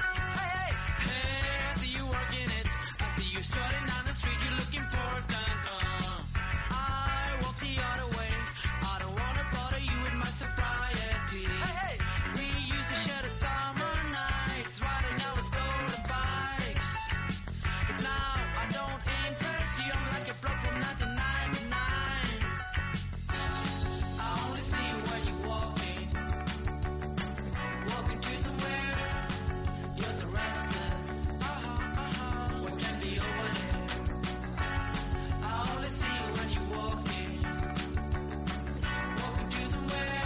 Hey, I see you working it. I see you strutting down the street. You're looking for a gun. Uh, I walk the other way. I don't wanna bother you with my sobriety. Hey, we used to share the summer nights, riding our stolen bikes. But now I don't interest you. I'm like a bloke from 1999. I only see you when you walk me, walking to somewhere. You're so restless. What can be over there? I only see you when you walk in. Walking to somewhere.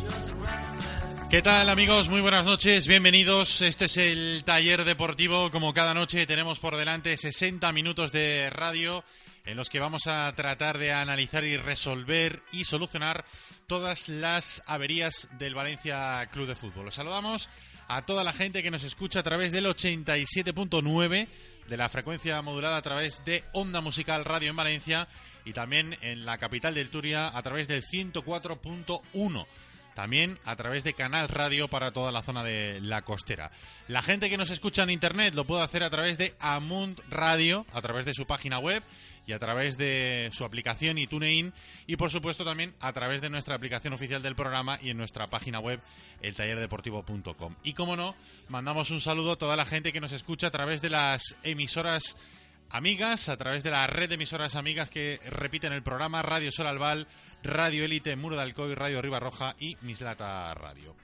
You're so restless. ¿Qué tal amigos? Muy buenas noches, bienvenidos. Este es el taller deportivo. Como cada noche tenemos por delante 60 minutos de radio en los que vamos a tratar de analizar y resolver y solucionar todas las averías del Valencia Club de Fútbol. Los saludamos a toda la gente que nos escucha a través del 87.9 de la frecuencia modulada a través de Onda Musical Radio en Valencia y también en la capital del Turia a través del 104.1 también a través de Canal Radio para toda la zona de la costera. La gente que nos escucha en internet lo puede hacer a través de Amund Radio, a través de su página web y a través de su aplicación y TuneIn y por supuesto también a través de nuestra aplicación oficial del programa y en nuestra página web eltallerdeportivo.com. Y como no, mandamos un saludo a toda la gente que nos escucha a través de las emisoras amigas, a través de la red de emisoras amigas que repiten el programa Radio Sol Albal, Radio Elite Muro de Alcoy, Radio Ribarroja y Mislata Radio.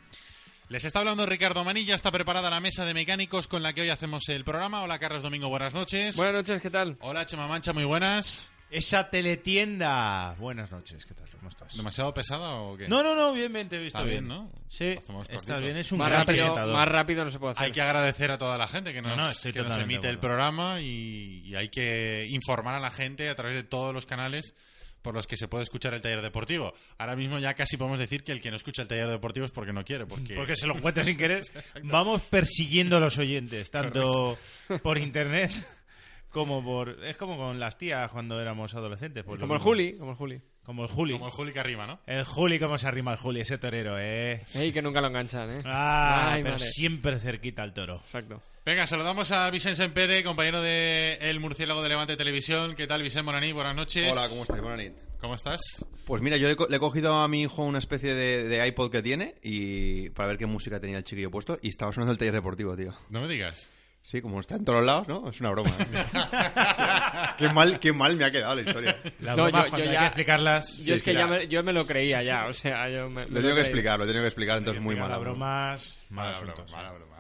Les está hablando Ricardo Manilla, está preparada la mesa de mecánicos con la que hoy hacemos el programa. Hola Carlos Domingo, buenas noches. Buenas noches, ¿qué tal? Hola Chema Mancha, muy buenas. Esa teletienda. Buenas noches, ¿qué tal? ¿Cómo estás? ¿Demasiado pesada o qué? No, no, no, bien, bien, te he visto. Está bien, bien, ¿no? Sí, Lo hacemos está cortito. bien, es un Más gran rápido, presentador. más rápido no se puede hacer. Hay que agradecer a toda la gente que nos, No, no, estoy que nos totalmente emite de el acuerdo. programa y, y hay que informar a la gente a través de todos los canales por los que se puede escuchar el taller deportivo. Ahora mismo ya casi podemos decir que el que no escucha el taller deportivo es porque no quiere, porque, Porque se lo encuentra sin querer. Vamos persiguiendo a los oyentes, tanto por internet como por. Es como con las tías cuando éramos adolescentes. pues lo Como el mismo. Juli, como el Juli. Como el Juli. como el Juli que arriba, ¿no? El Juli, cómo se arrima el Juli, ese torero, ¿eh? Ey, que nunca lo enganchan, ¿eh? Ah, Ay, pero madre. siempre cerquita al toro. Exacto. Venga, saludamos a Vicente Sempere, compañero de El Murciélago de Levante Televisión. ¿Qué tal, Vicente Moraní? Buenas noches. Hola, ¿cómo estáis? Buenas noches. ¿Cómo estás? Pues mira, yo le, co- le he cogido a mi hijo una especie de, de iPod que tiene y para ver qué música tenía el chiquillo puesto y estaba sonando el taller deportivo, tío. No me digas. Sí, como está en todos lados, ¿no? Es una broma. ¿eh? qué, mal, qué mal me ha quedado la historia. Las No, bromas, yo- cuando yo hay ya- que explicarlas. yo es que sí, ya ya. me, yo me lo creía ya, o sea, yo me... me Lo tengo que creí. explicar, lo tengo que explicar, entonces muy Explicar mal. las bromas. mal Mala asunto, broma, sí. mala broma.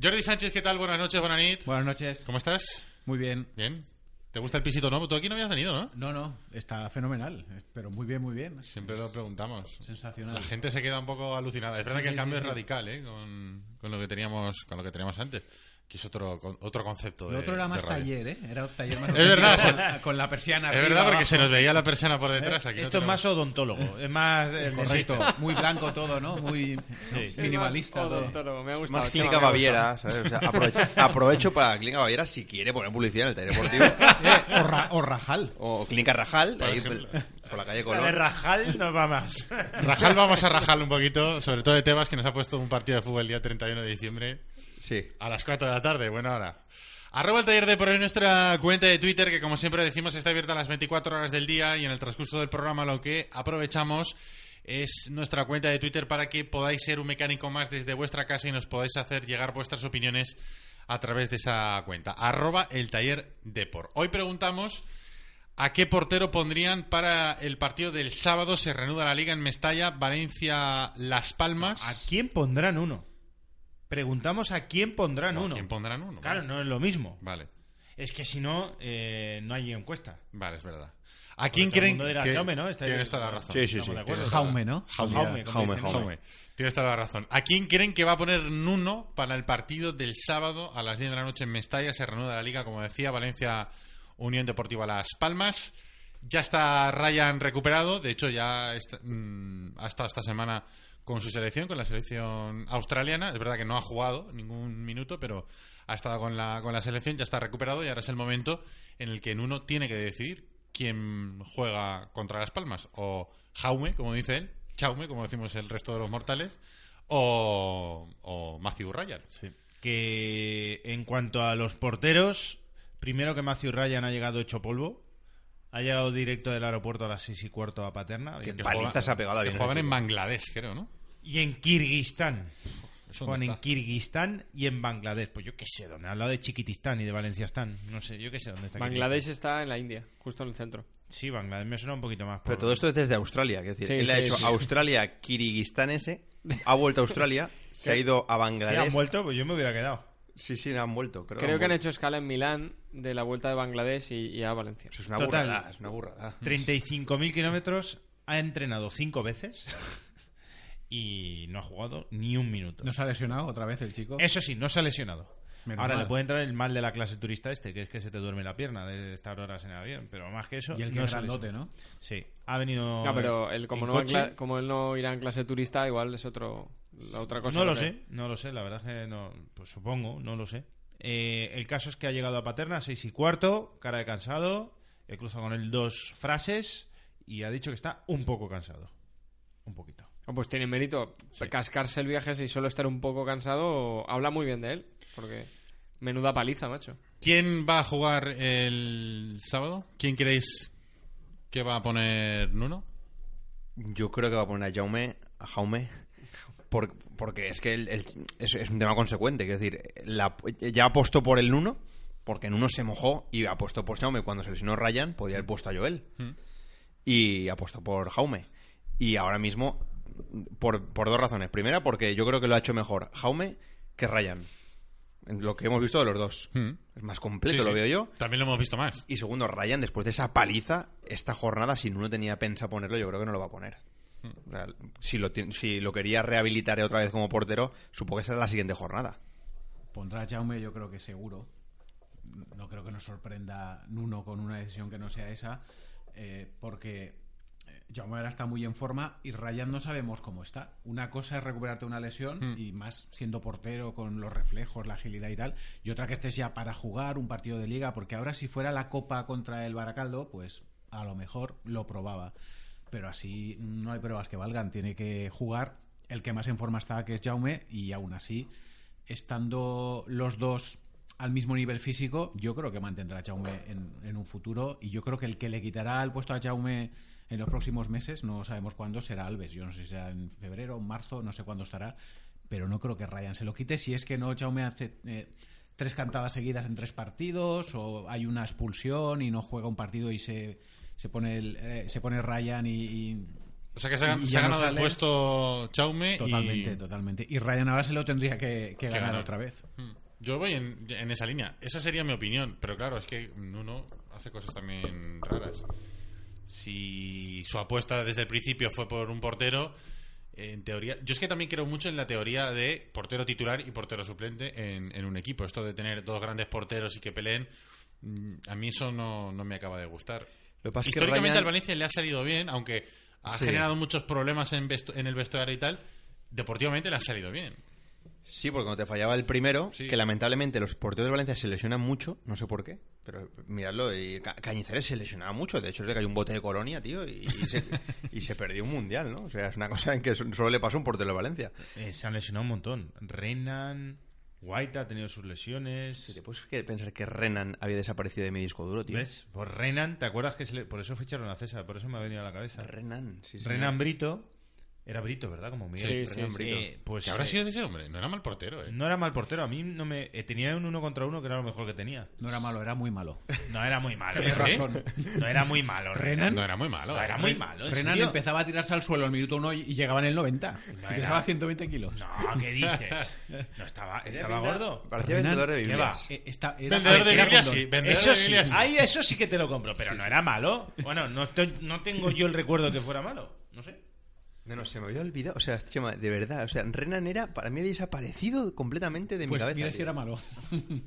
Jordi Sánchez, ¿qué tal? Buenas noches, Bonanit. Buenas noches. ¿Cómo estás? Muy bien. Bien. ¿Te gusta el pisito nuevo? Tú aquí no habías venido, ¿no? No, no, está fenomenal, eh, pero muy bien, muy bien. Siempre lo preguntamos. Sensacional. La gente se queda un poco alucinada. Es verdad Sí, que el sí, cambio sí, es sí. radical, ¿eh? Con, con lo que teníamos, con lo que teníamos antes, que es otro con- otro concepto. Lo de- otro era de más radio. taller, ¿eh? Era un taller más Es verdad, auténtico, se- con, con la persiana Es arriba, verdad, porque abajo. se nos veía la persona por detrás. Aquí no Esto es más tenemos- odontólogo, es más eh, Correcto, dentista. muy blanco todo, ¿no? Muy Sí. minimalista. Es más todo. odontólogo, me ha gustado, Más Chema, Clínica me ha gustado. Baviera, ¿sabes? O sea, aprovecho, aprovecho para Clínica Baviera si quiere poner publicidad en el taller deportivo. Eh, o, Ra- o Rajal. o Clínica Rajal, Por ahí ejemplo. por la calle La de Colón. Rajal no va más. Rajal, vamos a rajal un poquito, sobre todo de Tebas, que nos ha puesto un partido de fútbol el día 31 de diciembre Sí. a las 4 de la tarde. Buena hora. Arroba el taller de por hoy nuestra cuenta de Twitter, que como siempre decimos está abierta a las 24 horas del día y en el transcurso del programa lo que aprovechamos es nuestra cuenta de Twitter para que podáis ser un mecánico más desde vuestra casa y nos podáis hacer llegar vuestras opiniones a través de esa cuenta. Arroba el taller Depor. Hoy preguntamos a qué portero pondrían para el partido del sábado. Se reanuda la liga en Mestalla, Valencia, Las Palmas. ¿A quién pondrán uno? Preguntamos a quién pondrán No, ¿a uno. quién pondrán uno? Claro, Vale. no es lo mismo. Vale, Es que si no, eh, no hay encuesta. vale, es verdad. ¿A quién todo el creen mundo dirá que Jaume, ¿no? Está- tienes toda la razón? Sí, sí, Estamos sí. de acuerdo. Jaume, ¿no? Jaume, Jaume, como Jaume, dicen, Jaume. Jaume, Tienes toda la razón. ¿A quién creen que va a poner Nuno para el partido del sábado a las 10 de la noche en Mestalla? Se reanuda la liga, como decía, Valencia Unión Deportiva Las Palmas. Ya está Ryan recuperado, de hecho ya está- mm, ha estado esta semana con su selección, con la selección australiana. Es verdad que no ha jugado ningún minuto, pero ha estado con la, con la selección, ya está recuperado y ahora es el momento en el que Nuno tiene que decidir quién juega contra Las Palmas. O Jaume, como dice él, Chaume, como decimos el resto de los mortales, o, o Matthew Ryan. Sí. Que en cuanto a los porteros, primero que Matthew Ryan ha llegado hecho polvo. Ha llegado directo del aeropuerto a las seis y cuarto a Paterna. Que palizas juega- se ha pegado a ¿eh? que Viena, jugaban ese en tío. Bangladesh, creo, ¿no? Y en Kirguistán. Eso Juegan dónde en está. Kirguistán y en Bangladesh. Pues yo qué sé, dónde. Al lado de Chiquitistán y de Valenciastán. No sé, yo qué sé dónde está. Bangladesh Kirguistán. está en la India, justo en el centro. Sí, Bangladesh me suena un poquito más. Pero por- todo esto es desde Australia, es decir, Sí, él ha sí, hecho sí. Australia, Kirguistán ese, ha vuelto a Australia, se ha ido a Si han Bangladesh. vuelto, pues yo me hubiera quedado. Sí, sí, han vuelto. Creo, Creo que han vuelto. hecho escala en Milán de la vuelta de Bangladesh y, y a Valencia. Eso es una Total. burrada, es una burrada. Mm. 35.000 kilómetros, ha entrenado cinco veces y no ha jugado ni un minuto. Nos ha lesionado otra vez el chico. Eso sí, no se ha lesionado. Menos Ahora mal. le puede entrar el mal de la clase turista este, que es que se te duerme la pierna de estar horas en el avión, pero más que eso... Y el que no es se grandote, lesiona. ¿no? Sí, ha venido... No, pero él, como, en no va en coche. cla- como él no irá en clase turista, igual es otro, la otra cosa. No lo que- sé, no lo sé, la verdad es que no, pues supongo, no lo sé. Eh, el caso es que ha llegado a Paterna, seis y cuarto, cara de cansado, he cruzado con él dos frases y ha dicho que está un poco cansado. Un poquito. Oh, Pues tiene mérito cascarse el viaje si solo estar un poco cansado. Habla muy bien de él, porque menuda paliza, macho. ¿Quién va a jugar el sábado? ¿Quién creéis que va a poner Nuno? Yo creo que va a poner a Jaume, a Jaume, por- porque es que el- el- es, es un tema consecuente. Es decir, la- ya apostó por el Nuno, porque Nuno se mojó y apostó por Jaume. Cuando se lesionó Ryan, podía haber puesto a Joel. Mm. Y apostó por Jaume. Y ahora mismo, por, por dos razones. Primera, porque yo creo que lo ha hecho mejor Jaume que Ryan. En lo que hemos visto de los dos. Mm. Es más completo, Sí, lo sí. veo yo. También lo hemos visto más. Y segundo, Ryan, después de esa paliza, esta jornada, si uno tenía pensa ponerlo, yo creo que no lo va a poner. Hmm. O sea, si, lo, ti- si lo quería rehabilitar otra vez como portero, supongo que será la siguiente jornada. Pondrá a Jaume, yo creo que seguro. No creo que nos sorprenda Nuno con una decisión que no sea esa, eh, porque eh, Jaume ahora está muy en forma y Ryan no sabemos cómo está. Una cosa es recuperarte una lesión y más siendo portero con los reflejos, la agilidad y tal, y otra que estés ya para jugar un partido de liga, porque ahora si fuera la Copa contra el Baracaldo, pues a lo mejor lo probaba. Pero así no hay pruebas que valgan, tiene que jugar el que más en forma está, que es Jaume, y aún así estando los dos al mismo nivel físico, yo creo que mantendrá a Jaume en, en un futuro y yo creo que el que le quitará el puesto a Jaume en los próximos meses, no sabemos cuándo, será Alves. Yo no sé si será en febrero, en marzo, no sé cuándo estará, pero no creo que Ryan se lo quite. Si es que no, Jaume hace eh, tres cantadas seguidas en tres partidos o hay una expulsión y no juega un partido y se, se, pone, el, eh, se pone Ryan y- y O sea que se ha, Y se ya ha no ganado el sale. puesto Chaume Totalmente, y... totalmente. Y Ryan ahora se lo tendría que, que ganar ganar. otra vez. Mm. Yo voy en, en esa línea. Esa sería mi opinión. Pero claro, es que Nuno hace cosas también raras. Si su apuesta desde el principio fue por un portero, en teoría. Yo es que también creo mucho en la teoría de portero titular y portero suplente en, en un equipo. Esto de tener dos grandes porteros y que peleen, mm, a mí eso no, no me acaba de gustar. Lo que pasa es que Históricamente Ryan- al Valencia le ha salido bien, aunque ha Sí. generado muchos problemas en, vestu- en el vestuario y tal. Deportivamente le ha salido bien. Sí, porque cuando te fallaba el primero, Sí. que lamentablemente los porteros de Valencia se lesionan mucho, no sé por qué, pero miradlo, y Ca- Cañizares se lesionaba mucho, de hecho le cayó un bote de colonia, tío, y, y se, y se perdió un mundial, ¿no? O sea, es una cosa en que so- solo le pasó a un portero de Valencia. Eh, se han lesionado un montón. Renan, White ha tenido sus lesiones. ¿Te puedes creer- pensar que Renan había desaparecido de mi disco duro, tío? ¿Ves? Pues Renan, ¿te acuerdas que se le- por eso ficharon a César? Por eso me ha venido a la cabeza. Renan, sí, señor. Renan Brito Era Brito, ¿verdad? Como Miguel. Sí, sí, Fernán sí. Brito. Eh, pues ¿Qué habrá eh, sido de ese hombre? No era mal portero, ¿eh? No era mal portero. A mí no me eh, tenía un uno contra uno que era lo mejor que tenía. No era malo, era muy malo. No era muy malo. Tienes ¿eh? razón. No era muy malo. Renan. No era muy malo. No ¿eh? era muy malo. ¿en Renan serio? empezaba a tirarse al suelo al minuto 1 y llegaba en el 90. era- y pesaba 120 kilos. No, ¿qué dices? No estaba, estaba gordo. Parecía Renan, vendedor de ¿qué Biblias. Eh, esta- era- Vendedor de era Biblia condón. sí. Vendedor Eso de sí, Biblia sí. ahí eso sí que te lo compro, pero no era malo. Bueno, no, estoy- no tengo yo el recuerdo que fuera malo. No sé. No, no, se me había olvidado. O sea, Chema, de verdad. O sea, Renan era, para mí había desaparecido completamente de mi Pues cabeza. mira si tío. era malo.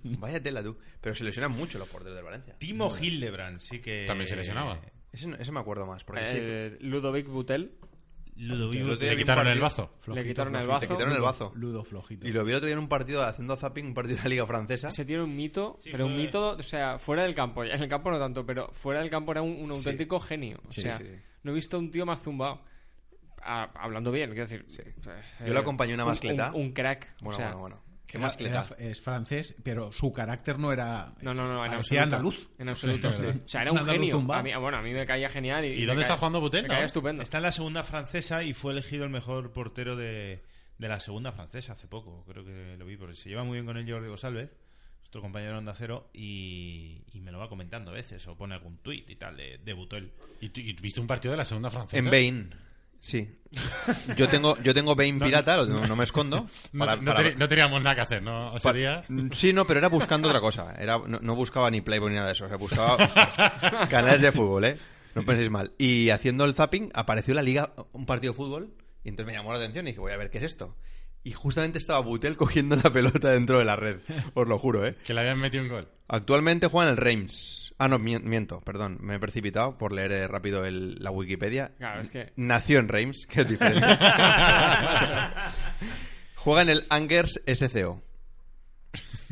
Vaya tela tú. Pero se lesionan mucho los porteros del Valencia. Timo Hildebrand sí que. También se lesionaba. Ese, no- ese me acuerdo más. Porque sí, Eh, Ludovic Butel el Ludovic. otro día Le vi un quitaron el partido- bazo. le quitaron el flojito. bazo. Te quitaron el bazo. Ludo flojito. Y lo vi el otro día en un partido haciendo zapping, un partido de la Liga Francesa. Se tiene un mito, Sí, pero un fue- mito, o sea, fuera del campo. En el campo no tanto, pero fuera del campo era un, un auténtico genio. O Sí, sea, sí. no he visto un tío más zumbado. Ah, hablando bien, quiero decir. o sea, eh, Yo lo acompañé en una un- mascleta. Un, un crack. Bueno, o sea, bueno, bueno. Qué Era- más era- es francés, pero su carácter no era. No, no, no, en absoluto. Parecía andaluz. En absoluto. Sí, O sea, era un un andaluz genio. zumbao. A mí, bueno, a mí me caía genial. ¿Y, ¿Y me dónde está caía- jugando Butel, Me no? caía estupendo. Está en la segunda francesa y fue elegido el mejor portero de, de la segunda francesa hace poco. Creo que lo vi porque se lleva muy bien con el Jordi Gosalves, nuestro compañero de Onda Cero, y, y me lo va comentando a veces o pone algún tuit y tal de, de Butel. ¿Y, tú- y viste un partido de la segunda francesa? En Bane. Sí. Yo tengo, yo tengo Bane pirata, lo tengo- no, me escondo. No, Para- no para- teni- no teníamos nada que hacer, ¿no? Ese para- día. Mm, Sí, no, pero era buscando otra cosa. Era, no, no buscaba ni Playboy ni nada de eso. O sea, buscaba canales de fútbol, ¿eh? No penséis mal. Y haciendo el zapping apareció la liga, un partido de fútbol, y entonces me llamó la atención y dije, voy a ver qué es esto. Y justamente estaba Butel cogiendo la pelota dentro de la red. Os lo juro, ¿eh? Que le habían metido un gol. Actualmente juega en el Reims. Ah, no, mi- miento, perdón. Me he precipitado por leer eh, rápido el- la Wikipedia. Claro, es que- Nació en Reims, que es diferente. juega en el Angers SCO.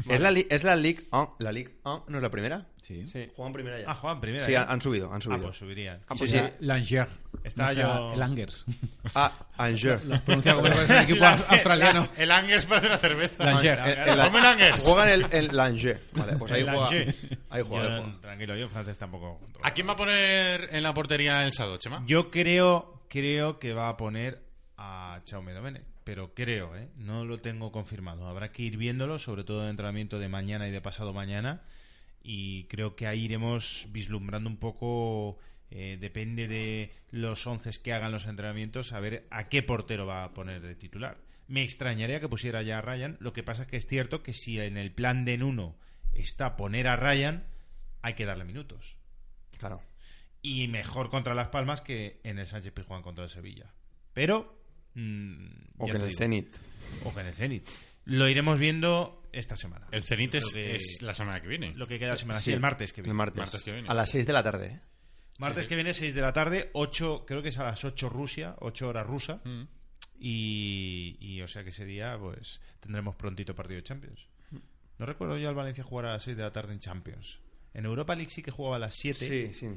¿Es, la li- es la Ligue 1. ¿La Ligue 1 no es la primera? Sí. Sí. Juegan primera ya. Ah, Juan, primera. sí, ¿eh? han, han subido, han Ah, subido. pues subirían. Ah, Sí, pues sí. ya- Langer. Estaba No será yo- El Angers. Ah, Angers. Pronuncia como el equipo australiano. El Angers parece una cerveza. Langer. eh, El- el- Come el Angers. Juegan el, el Angers. Vale, pues ahí El juega. Angers. Ahí juega. ahí Yo, juega. Tranquilo, yo en francés tampoco. ¿A quién va a poner en la portería el Sado, Chema? Yo creo, creo que va a poner a Chaume Domene, pero creo, ¿eh? no lo tengo confirmado. Habrá que ir viéndolo, sobre todo en el entrenamiento de mañana y de pasado mañana. Y creo que ahí iremos vislumbrando un poco, eh, depende de los once que hagan los entrenamientos, a ver a qué portero va a poner de titular. Me extrañaría que pusiera ya a Ryan. Lo que pasa es que es cierto que si en el plan de Nuno está poner a Ryan, hay que darle minutos Claro. y mejor contra Las Palmas que en el Sánchez Pizjuán contra el Sevilla. Pero. mm, O ya que en te el digo, Zenit. O que en el Zenit. Lo iremos viendo esta semana. El Zenit es, Lo que- es la semana que viene. Lo que queda de semana. Sí, Sí, el martes que viene. El martes. Martes que viene. A las 6 de la tarde. ¿eh? Martes que viene, 6 de la tarde, 8, creo que es a las 8 Rusia, 8 horas rusa. Mm. Y, y, o sea que ese día, pues tendremos prontito partido de Champions. Mm. No recuerdo yo al Valencia jugar a las 6 de la tarde en Champions. En Europa League sí que jugaba a las 7. sí.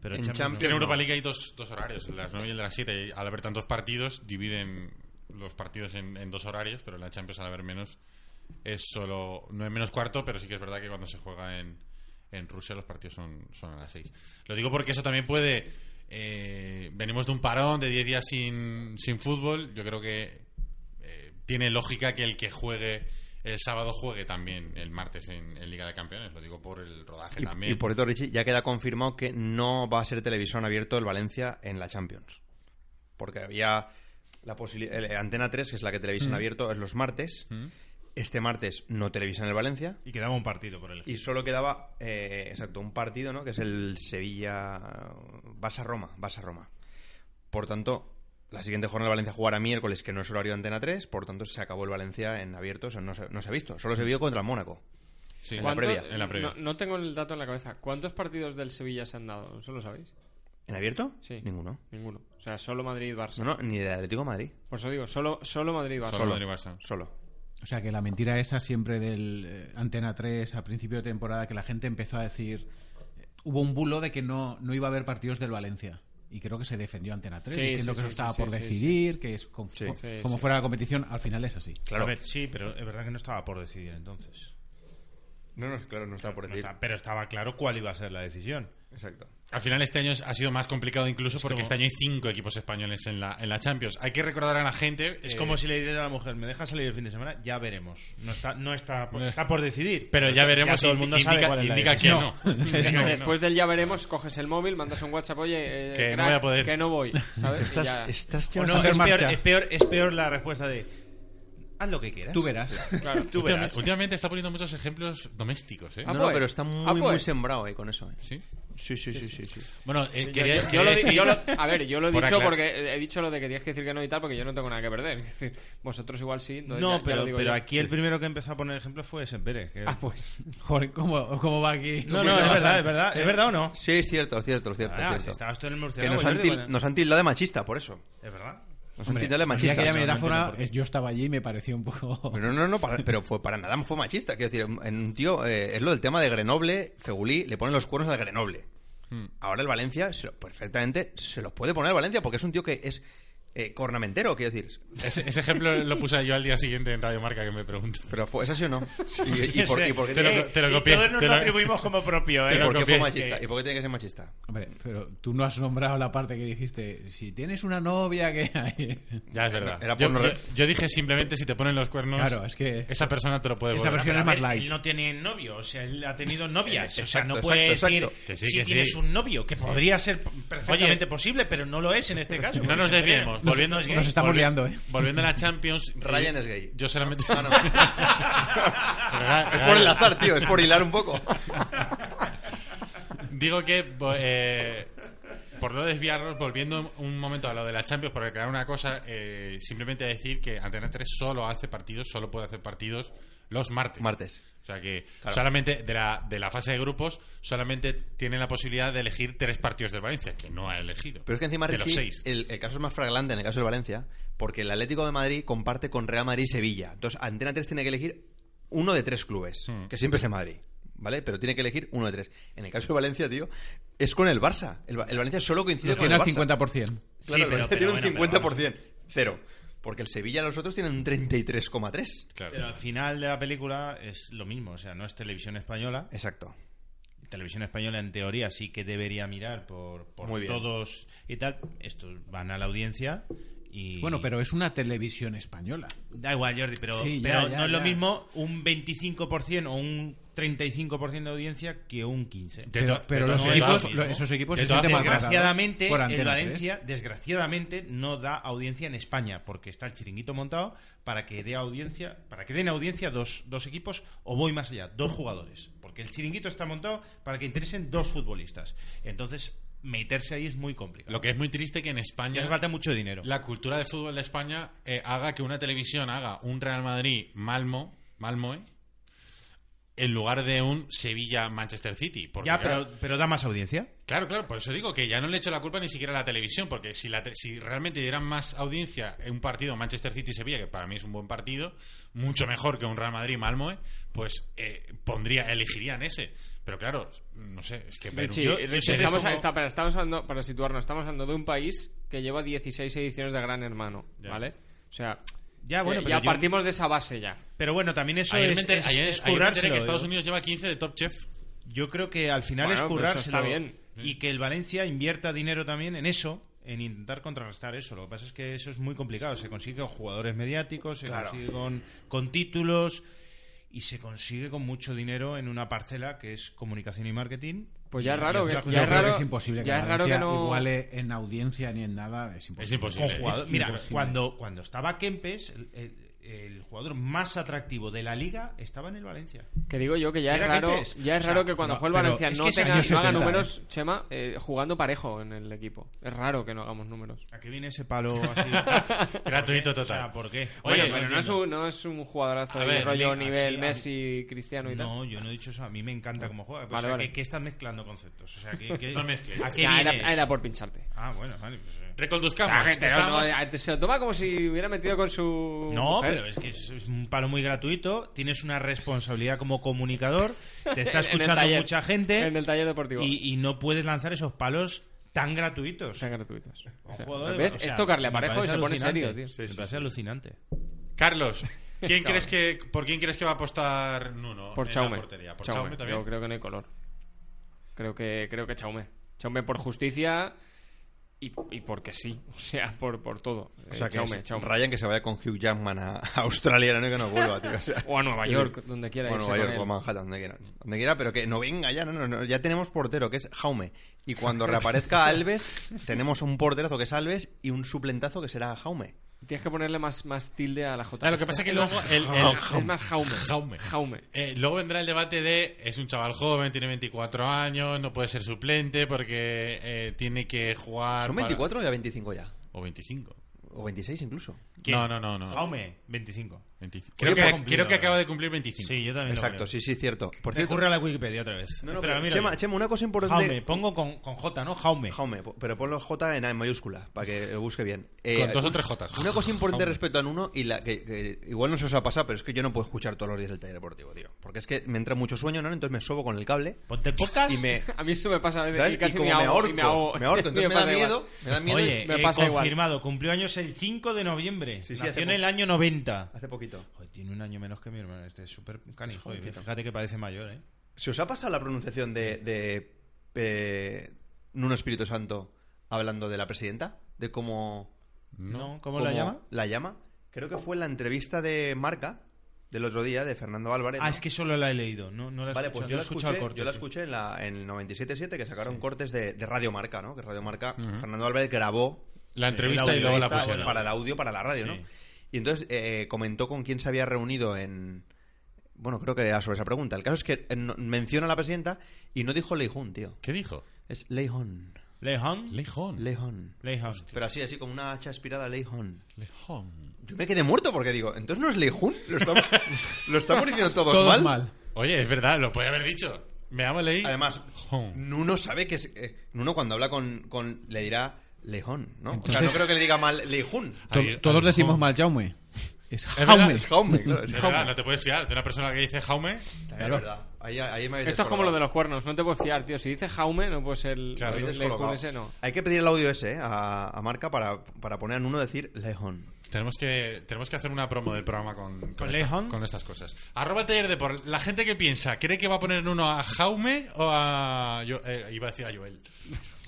Pero en Champions- Es que en Champions. Europa League hay dos, dos horarios, el de las 9 y el de las 7. y Al haber tantos partidos, dividen los partidos en, en dos horarios, pero en la Champions, al haber menos, es solo 9 menos cuarto, pero sí que es verdad que cuando se juega en, en Rusia los partidos son, son a las 6. Lo digo porque eso también puede... eh, venimos de un parón de 10 días sin, sin fútbol. Yo creo que eh, tiene lógica que el que juegue el sábado juegue también el martes en, en Liga de Campeones. Lo digo por el rodaje Y, también. y por esto, Richie, ya queda confirmado que no va a ser televisión abierto el Valencia en la Champions. Porque había la posibilidad. Antena 3, que es la que televisión abierto, es los martes. Este martes no televisan el Valencia. Y quedaba un partido por el Y solo quedaba, eh, exacto, un partido, ¿no? Que es el Sevilla. Vas a Roma, vas a Roma. Por tanto, la siguiente jornada el Valencia jugará miércoles, que no es horario de Antena 3. Por tanto, se acabó el Valencia en abierto. o sea, no, se, no se ha visto. Solo se vio contra el Mónaco. Sí, en la ¿Cuántos- previa, en la previa. No, no tengo el dato en la cabeza. ¿Cuántos partidos del Sevilla se han dado? ¿Eso lo sabéis? ¿En abierto? Sí. Ninguno. Ninguno. O sea, solo Madrid-Barça. No, no, ni de Atlético de Madrid. Por eso digo, solo, solo Madrid-Barça. Solo Madrid-Barça. Solo. O sea que la mentira esa siempre del eh, Antena 3 a principio de temporada que la gente empezó a decir eh, hubo un bulo de que no, no iba a haber partidos del Valencia y creo que se defendió Antena 3 Sí, diciendo sí, que eso sí, estaba sí, por sí, sí, decidir, que es con- Sí. co- Sí, como sí. fuera la competición, al final es así. Claro. A ver, sí, pero es verdad que no estaba por decidir entonces. No, no, claro, no está por No decir. está- pero estaba claro cuál iba a ser la decisión. Exacto. Al final este año es- ha sido más complicado incluso porque como- este año hay cinco equipos españoles en la, en la Champions. Hay que recordar a la gente... Es eh, como si le dices a la mujer, me deja salir el fin de semana, ya veremos. No está, no está, por, está por decidir. Pero ya veremos, todo el mundo indica, sabe cuál es la indica que decisión. no. Después del ya veremos, coges el móvil, mandas un WhatsApp, oye, eh, Que no crack, voy a poder. que no voy, ¿sabes? Y ya. Estás, estás O ya no, vas a hacer es, peor, marcha. es, peor, es peor la respuesta de haz lo que quieras. Tú verás. Claro. Tú verás. Últimamente, últimamente está poniendo muchos ejemplos domésticos, ¿eh? Ah, No, no, pues. pero está muy, Ah, muy pues. sembrado eh, con eso. eh. Sí. Sí, sí, sí, sí. sí. Bueno, eh, Yo- quería, yo- quería yo lo di- decir- yo lo- a ver, yo lo he Por dicho aclarar. porque he dicho lo de que tienes que decir que no y tal, porque yo no tengo nada que perder. Es decir, vosotros igual sí. entonces ya- No, ya lo pero, digo pero yo. aquí el primero que empezó a poner ejemplo fue Sempere. que- Ah, pues. Joder, ¿cómo, cómo va aquí? No, no, es verdad, es verdad. ¿Es verdad o no? Eh, Sí, es cierto, es cierto, es cierto. es Ah, cierto. estabas tú en el Que murciélago. nos han, Jordi, til- cuando- nos han tildado de machista, por eso. Es verdad. Nos han tildado de Así machista. aquella no entiendo metáfora, por qué. es- yo estaba allí y me pareció un poco... Pero no, no, para- pero fue para nada fue machista. Quiero decir, en un tío, eh, es lo del tema de Grenoble, Fegulí, le ponen los cuernos al Grenoble. Ahora el Valencia, se lo- perfectamente, se los puede poner al Valencia porque es un tío que es eh, cornamentero, quiero decir. Ese, ese ejemplo lo puse yo al día siguiente en Radio Marca que me preguntó. Pero fue, ¿es así o no? ¿Y, y por, y por qué Te lo- tiene, te lo Y copié, Todos nos te lo lo- atribuimos como propio, y ¿eh? por qué fue copié. machista? ¿Y por qué tiene que ser machista? Hombre, pero tú no has nombrado la parte que dijiste, si tienes una novia que hay... Ya es verdad. Era yo, porno- yo- yo dije simplemente si te ponen los cuernos, Claro, es que- esa persona te lo puede Esa volver. versión- Pero, a más ver, light. Él no tiene novio, o sea, él ha tenido novias. o sea, Exacto, no puede exacto, decir exacto. Que sí, si que sí. tienes un novio, que podría ser perfectamente Oye. posible, pero no lo es en este caso. No nos desviemos. Volviendo, nos estamos volvi- liando, ¿eh? Volviendo a la Champions. Ryan eh, es gay. Ah, Yo solamente. Es por enlazar, tío, es por hilar un poco. Digo que, bo- eh, por no desviarnos, volviendo un momento a lo de la Champions, por aclarar una cosa, eh, simplemente decir que Antena 3 solo hace partidos, solo puede hacer partidos los martes. Martes. O sea que Claro. solamente de la, de la fase de grupos, solamente tiene la posibilidad de elegir tres partidos del Valencia, que no ha elegido. Pero es que encima de Richie, los seis. El, el caso es más fragrante en el caso del Valencia, porque el Atlético de Madrid comparte con Real Madrid y Sevilla. Entonces, Antena 3 tiene que elegir uno de tres clubes, Mm. que siempre es el Madrid, ¿vale? Pero tiene que elegir uno de tres. En el caso del Valencia, tío, es con el Barça. El, Va- el Valencia solo coincide con Tiene el al Barça. 50%. Sí, Claro, el pero- Valencia pero bueno, tiene pero un vamos. 50%. Cero. Porque el Sevilla los otros tienen un 33,3. Claro. Pero al final de la película es lo mismo, o sea, no es televisión española. Exacto. Televisión española en teoría sí que debería mirar por, por Muy bien. todos y tal. Estos van a la audiencia y... Bueno, pero es una televisión española. Da igual, Jordi, pero, Sí, ya, pero ya, no es lo ya. mismo un 25% o un 35% de audiencia que un 15%. De pero to- pero de los todas equipos, formas, lo- ¿no? esos equipos De se todas sienten formas, maltratados Desgraciadamente, por el Antena Valencia, desgraciadamente, no da audiencia en España, porque está el chiringuito montado para que dé audiencia, para que den audiencia dos, dos equipos, o voy más allá, dos jugadores. Porque el chiringuito está montado para que interesen dos futbolistas. Entonces, meterse ahí es muy complicado. Lo que es muy triste que en ya España hace falta mucho dinero. la cultura de fútbol de España eh, haga que una televisión haga un Real Madrid Malmo, Malmoe en lugar de un Sevilla Manchester City. Porque, ya, claro, pero, pero da más audiencia. Claro, claro, por eso digo que ya no le echo la culpa ni siquiera a la televisión, porque si, la te- si realmente dieran más audiencia en un partido Manchester City-Sevilla, que para mí es un buen partido, mucho mejor que un Real Madrid-Malmoe, pues eh, pondría, elegirían ese. Pero claro, no sé, es que... ver un- Richie, yo- yo Richie, siempre estamos, como- está- para, estamos hablando- para situarnos, estamos hablando de un país que lleva 16 ediciones de Gran Hermano, Ya. ¿vale? O sea, Ya, bueno, eh, pero, ya yo- partimos de esa base ya. pero bueno, también eso Ayer es, me enteré- es- ayer- ayer es me enteré currárselo, que Estados ¿eh? Unidos lleva 15 de Top Chef. Yo creo que al final Bueno, es pero eso está currárselo bien. y que el Valencia invierta dinero también en eso, en intentar contrarrestar eso. Lo que pasa es que eso es muy complicado. Se consigue con jugadores mediáticos, se consigue con, con títulos y se consigue con mucho dinero en una parcela que es comunicación y marketing. Pues ya es Y- raro y que- otra cosa ya Yo es creo raro- que es imposible que ya es raro que Valencia no- iguale Eh, en audiencia ni en nada. Es imposible. Es imposible. con jugador- Es Mira, imposible. cuando, cuando estaba Kempes, el, el- el jugador más atractivo de la liga estaba en el Valencia. Que digo yo que ya es Mira, raro, Kempes. ya es O sea, raro que cuando no, juegue el pero Valencia es no, que es tenga, años no haga 70, números, Chema, eh, jugando parejo en el equipo. Es raro que no hagamos números. ¿A qué viene ese palo así? Gratuito ¿Por qué? O sea, total. ¿Por qué? Oye, bueno, pero no es, entiendo. un, no es un jugadorazo A de ver, rollo venga, nivel sí, a- Messi, Cristiano y tal. No, yo no he dicho eso. A mí me encanta cómo juega. Vale, o sea, vale. que, que estás mezclando conceptos. O sea, que, que- No mezcles. ¿a qué Ya, era, vienes? era por pincharte. Ah, bueno, vale. pues, eh. Reconduzcamos. no, Estamos- eh, se lo toma como si hubiera metido con su. No, mujer. pero es que es, es un palo muy gratuito. Tienes una responsabilidad como comunicador. Te está En el escuchando taller. mucha gente. En el taller deportivo. y, y no puedes lanzar esos palos tan gratuitos. Sean gratuitos. A un O sea, jugador de- ¿Ves? o sea, es tocarle a me parejo y parece se pone alucinante. serio, tío. me parece alucinante. Carlos, ¿Quién crees que, ¿Por quién crees que va a apostar Nuno? Por en la Chaume. portería? ¿Por Chaume, Chaume también? Yo creo que no hay color. Creo que, creo que Chaume. Chaume por justicia y, y porque sí. O sea, por, por todo. O sea, Eh, que Chaume, es Chaume. Ryan que se vaya con Hugh Jackman a, a Australia, no que no vuelva, tío. O, sea, O a Nueva York, donde quiera o a irse Nueva con York él. o a Manhattan, donde quiera. Donde quiera, pero que no venga ya, no, no, no, ya tenemos portero, que es Jaume. Y cuando reaparezca Alves, tenemos un porterazo que es Alves y un suplentazo que será Jaume. Tienes que ponerle más, más tilde a la J. Ah, lo que pasa es que luego el- el- Es más Jaume. Jaume. Jaume. Eh, luego vendrá el debate de es un chaval joven, tiene 24 años, no puede ser suplente porque eh, tiene que jugar. ¿Son para- 24 o ya 25 ya? O 25. O 26 incluso. ¿Quién? No, no, no. no. Jaume, 25. 20. Creo, pues, que, cumplido, creo que eh. acaba de cumplir 25. Sí, yo también. lo Exacto, creo. sí, sí, cierto. Por Te cierto, ocurre a la Wikipedia otra vez. no, no, Espera, pero mira Chema, bien. Chema, una cosa importante. Jaume, pongo con, con J, ¿no? Jaume. Jaume, po- pero ponlo J en, en mayúscula, para que lo busque bien. Eh, Con dos o tres Jotas. Una cosa importante Jaume. respecto a Nuno, y la que, que igual no se os ha pasado, pero es que yo no puedo escuchar todos los días el taller deportivo, tío. Porque es que me entra mucho sueño, ¿no? Entonces me sobo con el cable Ponte el podcast. y me. A mí esto me pasa a veces. ¿sabes? Y casi y como me ahogo. y me ahorco. Me ahorco. Entonces me da pasa igual. miedo. Me da miedo. Oye, y- me eh, pasa igual. confirmado, cumplió años el 5 de noviembre. Sí, sí, hace Nació en el poco. año 90. Hace poquito. Joder, tiene un año menos que mi hermano. Este es súper canijo. Jovencito. eh. Fíjate que parece mayor, ¿eh? ¿Se os ha pasado la pronunciación de, de, eh, Nuno Espíritu Santo hablando de la presidenta? De cómo. No, ¿cómo la llama? La llama. Creo que fue en la entrevista de Marca del otro día de Fernando Álvarez. Ah, ¿no? es que solo la he leído. No, no la he Vale, escuchado. pues yo No la he escuchado escuché, el corte, yo la sí. escuché en, la, en el 97.7 que sacaron cortes de, de Radio Marca, ¿no? Que Radio Marca, Ujú. Fernando Álvarez grabó La entrevista El audio y luego la entrevista pusieron. para el audio, para la radio, Sí. ¿no? Y entonces eh, comentó con quién se había reunido en... Bueno, creo que era sobre esa pregunta. El caso es que eh, no- menciona a la presidenta y no dijo Leijón, tío. ¿Qué dijo? Es Leijón. Lejón. Lejón. Leijón. Lejón. Pero así, así como una hacha aspirada, Leijón. Lejón. Yo me quedé muerto porque digo, entonces no es Leijón. Lo estamos, lo estamos diciendo todos, Todo mal. mal. Oye, es verdad, lo puede haber dicho. Me amo leí. Además, Jón. Nuno sabe que es, eh, Nuno cuando habla con, con le dirá Lejón, ¿no? O sea, no creo que le diga mal Lejún. To- Ahí- todos ahí- decimos Jón. mal Jaume. Es Es verdad, Jaume. Es Jaume, claro. Es Es verdad, Jaume. no te puedes fiar de una persona que dice Jaume. Claro. Es verdad. Ahí, ahí me habéis Esto es como lo de descolocado. los cuernos. No te puedes fiar, tío. Si dice Jaume, no puede ser el, Claro, el- Me el- habéis el- descolocado. ese, no. Hay que pedir el audio ese eh, a, a Marca para, para poner a Nuno decir Lejón. Tenemos que, tenemos que hacer una promo del programa con, con, ¿Con esta- Lejón? con estas cosas. Arroba taller de por La gente que piensa, ¿cree que va a poner en uno a Jaume o a. Yo, eh, iba a decir a Joel.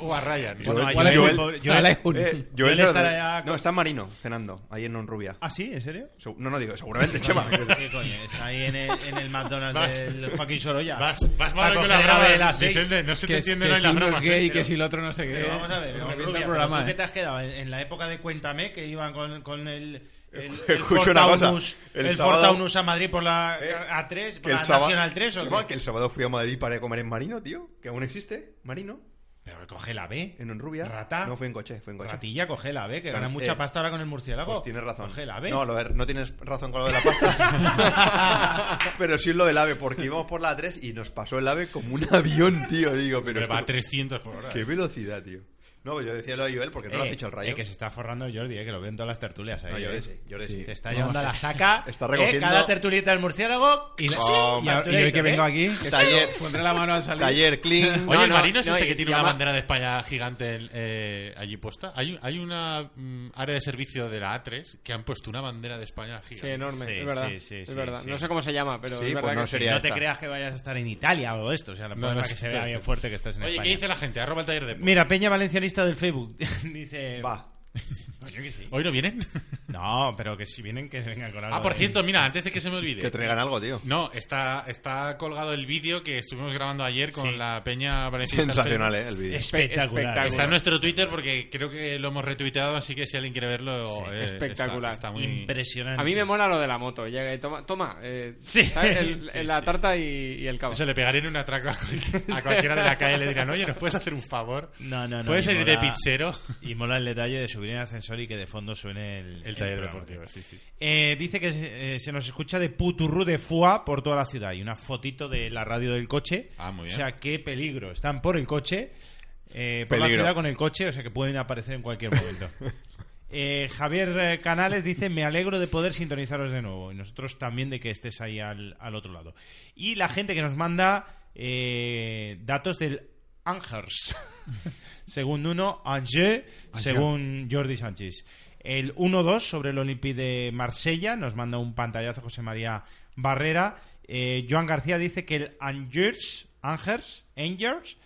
O a Ryan. Bueno, Joel- a Joel- Joel- pobre- Yo la he Joel- jun- Joel se lo estará de- ya- Eh, No, está en Marino, cenando, ahí en Rubia. ¿Ah, sí? ¿En serio? No, no digo, seguramente, Chema. ¿Qué coño? Está ahí en el, en el McDonald's Vas. del Joaquín Sorolla. Vas, vas Para mal con coger la la brava. vela seis. Vicente, no se te Que, que entiende no hay si las uno es bromas. gay, eh, que si el otro no sé qué. Pero vamos a ver, Nos Rubia, revienta el pero programa, ¿tú eh. qué te has quedado? En, en la época de Cuéntame, que iban con, con el... El, el Escucho una cosa, Fortaunus- el el sábado- Fortaunus a Madrid por la Eh, A3, por el la sábado- Nacional 3. ¿o Chema, qué? que el sábado fui a Madrid para comer en Marino, tío. Que aún existe, Marino. Pero coge la B. En Rubia. Rata. No, fue en coche, fue en coche. Ratilla, coge la B, que gana Tan- eh, mucha pasta ahora con el murciélago. Pues tienes razón. Coge el ave. No, lo de- no tienes razón con lo de la pasta. pero sí es lo del ave, porque íbamos por la 3 y nos pasó el ave como un avión, tío. Digo, pero. Pero esto- va a 300 por hora. Qué velocidad, tío. No, pues yo decía lo de Joel porque no lo has dicho el rayo. eh, que se está forrando Jordi, eh, que lo veo en todas las tertulias. ahí, No, eh. Jordi sí, Jordi sí. Te está Vamos. llevando a la saca. Está eh, recogiendo- cada tertulita del murciélago. Y, la- Vamos. a Y tu hoy leite, que ¿eh? vengo aquí, que Taller. pondré la mano al salir. Taller, clean. Oye, No, el no, marino es no, este y- que tiene y una ama- bandera de España gigante en- eh, allí puesta. Hay, hay una mm, área de servicio de la A3 que han puesto una bandera de España Sí, gigante. enorme. Sí, es verdad. sí, sí, es sí, verdad. sí. No sé cómo se llama, pero Sí, es verdad pues no que sí. sería- No está. te creas que vayas a estar en Italia o esto. O sea, la No, no, no para sé, que se vea sí, bien sí. fuerte que estás en Oye, España. ¿qué dice la gente? Arroba el taller de. Mira, Peña Valencianista del Facebook dice... Va. Coño que sí. ¿Hoy no vienen? No, pero que si vienen, que vengan con algo. Ah, por de- cierto, mira, antes de que se me olvide. Que traigan algo, tío. No, está, está colgado el vídeo que estuvimos grabando ayer con Sí. la Peña Valenciana. Sensacional, eh, el vídeo. Espectacular. Espectacular. Está en nuestro Twitter porque creo que lo hemos retuiteado, así que si alguien quiere verlo, Sí, eh, espectacular. Está, está muy. Impresionante. A mí me mola lo de la moto. Llega y toma, toma eh, Sí. ¿sabes? El- Sí, el- la sí, tarta Y, y el cabo. Se le pegarían un atraco a cualquiera, a cualquiera de la calle y le dirán, oye, ¿nos puedes hacer un favor? No, no, no. ¿Puedes y salir de mola- pizzero? Y mola el detalle de subir en el ascensor y que de fondo suene el, El taller programa. deportivo, sí, sí. Eh, dice que se- eh, se nos escucha de puturru de Fua por toda la ciudad. Y una fotito de la radio del coche. Ah, muy bien. O sea, qué peligro. Están por el coche, eh, por la Peligro. ciudad con el coche, o sea que pueden aparecer en cualquier momento. Eh, Javier eh, Canales dice, me alegro de poder sintonizaros de nuevo. Y nosotros también de que estés ahí al, al otro lado. Y la gente que nos manda eh, datos del Angers. según Nuno, Angers, según Jordi Sánchez. el 1-2 sobre el Olympique de Marsella. Nos manda un pantallazo José María Barrera. Eh, Joan García dice que el Angers, Angers, Angers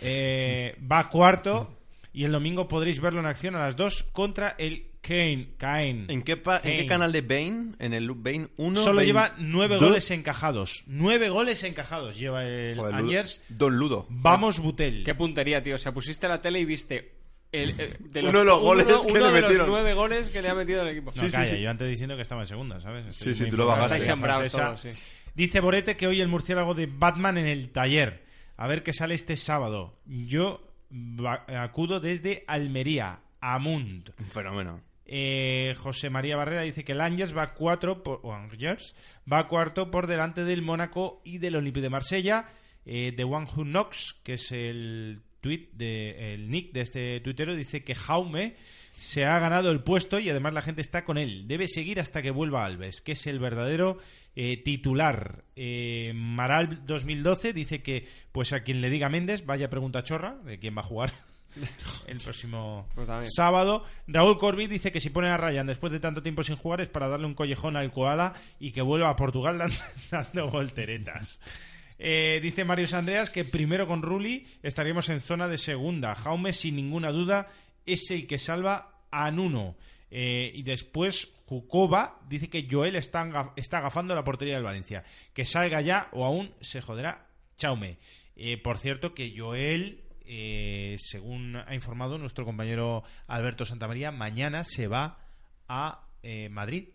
eh, va cuarto y el domingo podréis verlo en acción a las 2 contra el Kane. Kane. ¿En qué, pa- ¿En qué Kane. canal de Bane? En el Loop Bane 1. Solo Bane lleva nueve dos. goles encajados. Nueve goles encajados lleva el Joder, Ludo- Angers. Don Ludo. Vamos, Butel. Qué puntería, tío. O sea, pusiste la tele y viste. el- el- de Uno de los goles que uno le de metieron. Los nueve goles que le ha metido el equipo. No, Sí, sí, calla, sí. yo antes diciendo que estaba en segunda, ¿sabes? Sí, Estoy sí, muy tú lo informado. bajaste. Estáis sembrados Francesa. todos, sí. Dice Borete que hoy el murciélago de Batman en el taller. A ver qué sale este sábado. Yo va- acudo desde Almería, Amund. Un fenómeno. Eh, José María Barrera dice que el Angers va cuatro por, o Angers va cuarto por delante del Mónaco y del Olympique de Marsella. Eh, The One Who Knocks, que es el tweet de, el nick de este tuitero, dice que Jaume se ha ganado el puesto y además la gente está con él. Debe seguir hasta que vuelva Alves, que es el verdadero eh, titular. Eh, Maral 2012 dice que, pues a quien le diga Méndez, vaya pregunta chorra de quién va a jugar el próximo Pues también. sábado. Raúl Corbí dice que si ponen a Ryan después de tanto tiempo sin jugar es para darle un collejón al Koala y que vuelva a Portugal dan- dando volteretas. Eh, dice Marius Andreas que primero con Ruli estaríamos en zona de segunda. Jaume, sin ninguna duda, es el que salva a Nuno. Eh, y después Jukova dice que Joel está, aga- está agafando la portería del Valencia. Que salga ya o aún se joderá Chaume. Eh, por cierto, que Joel, eh, según ha informado nuestro compañero Alberto Santamaría, mañana se va a eh, Madrid.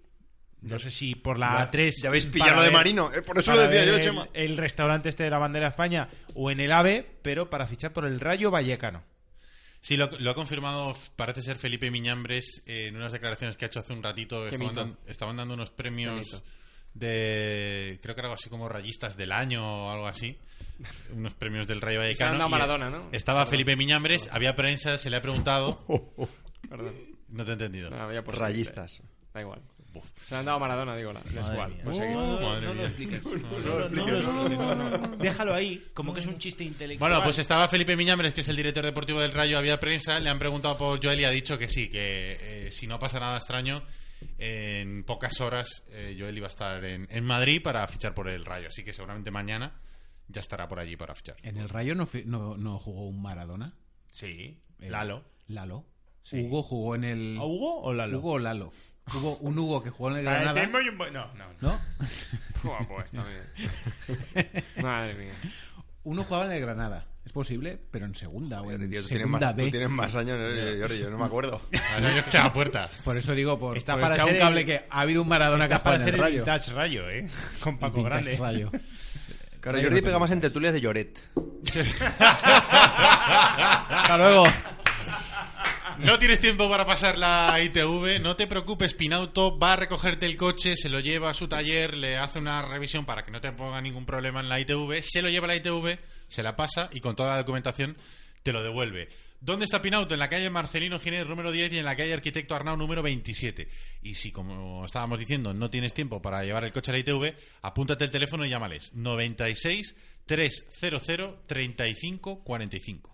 No sé si por la Ya- A3. ya habéis para pillado lo de ver- Marino, eh, por eso lo para decía ver yo, el- Chema. El restaurante este de la bandera España o en el AVE, pero para fichar por el Rayo Vallecano. Sí, lo, lo ha confirmado, f- parece ser Felipe Miñambres, eh, en unas declaraciones que ha hecho hace un ratito. Qué Estaban, mito. dan- estaban dando unos Qué premios mito. de, creo que era algo así como rayistas del año o alalo así. Unos premios del Rayo Se han Vallecano. dado y eh, Maradona, ¿no? Estaba Felipe Miñambres, había prensa, se le ha preguntado. Perdón. No te he entendido. No, había puesto- Rayistas. Da igual. Se la han dado a Maradona, digo. La, es Madre igual. mía. Pues seguimos. No, Madre no lo mía. expliques. No, no, no, no. Déjalo ahí, como que es un chiste intelectual. Bueno, pues estaba Felipe Miñambres, que es el director deportivo del Rayo, había prensa, le han preguntado por Joel y ha dicho que sí, que eh, si no pasa nada extraño, en pocas horas eh, Joel iba a estar en, en Madrid para fichar por el Rayo, así que seguramente mañana ya estará por allí para fichar. ¿En el Rayo no, fi- no- no jugó un Maradona? Sí, Eh, Lalo. Lalo. Sí. Hugo jugó en el... ¿A Hugo o Lalo? Hugo o Lalo. Hubo un Hugo que jugó en el Para el Granada. tiempo y un bo- No, no, no. ¿No? Buah, pues también. Madre mía. Uno jugaba en el Granada. Es posible, pero en segunda o en Tío, tú tienes, segunda más, tú B. tienes más años, eh, yo, yo- yo no me acuerdo. Ahora yo que a la puerta. Por eso digo, por, Está por para echar hacer un cable el- que ha habido un Maradona que ha Está jugado para en hacer el el Rayo. vintage rayo, ¿eh? Con Paco Vintage Grande. Rayo. Claro, Jordi pega más en tertulias de Lloret. Hasta luego. No tienes tiempo para pasar la ITV, no te preocupes, Pinauto va a recogerte el coche, se lo lleva a su taller, le hace una revisión para que no te ponga ningún problema en la ITV, se lo lleva a la ITV, se la pasa y con toda la documentación te lo devuelve. ¿Dónde está Pinauto? En la calle Marcelino Giner número 10 y en la calle Arquitecto Arnau número 27. Y si, como estábamos diciendo, no tienes tiempo para llevar el coche a la ITV, apúntate el teléfono y llámales 96 300 35 45.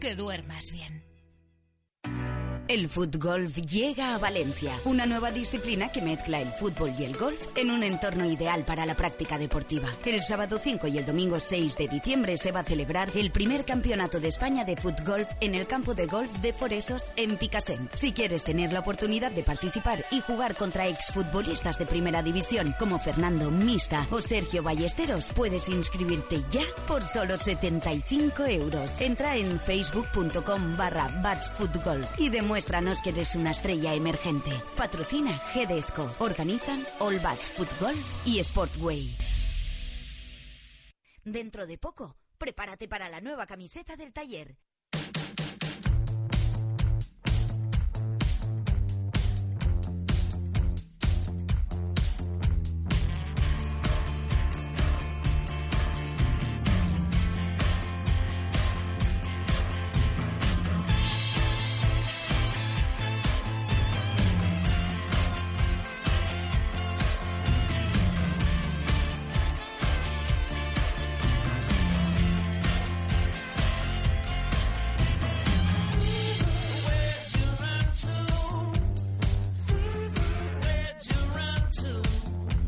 Que duermas bien. El footgolf llega a Valencia, una nueva disciplina que mezcla el fútbol y el golf en un entorno ideal para la práctica deportiva. El sábado 5 y el domingo 6 de diciembre se va a celebrar el primer campeonato de España de footgolf en el campo de golf de Foresos en Picasen. Si quieres tener la oportunidad de participar y jugar contra exfutbolistas de primera división como Fernando Mista o Sergio Ballesteros, puedes inscribirte ya por solo 75 euros. Entra en facebook.com barra batsfootgolf y demuéstranos que eres una estrella emergente. Patrocina E GDESCO. Organizan All Bats Football y Sportway. Dentro de poco, prepárate para la nueva camiseta del taller.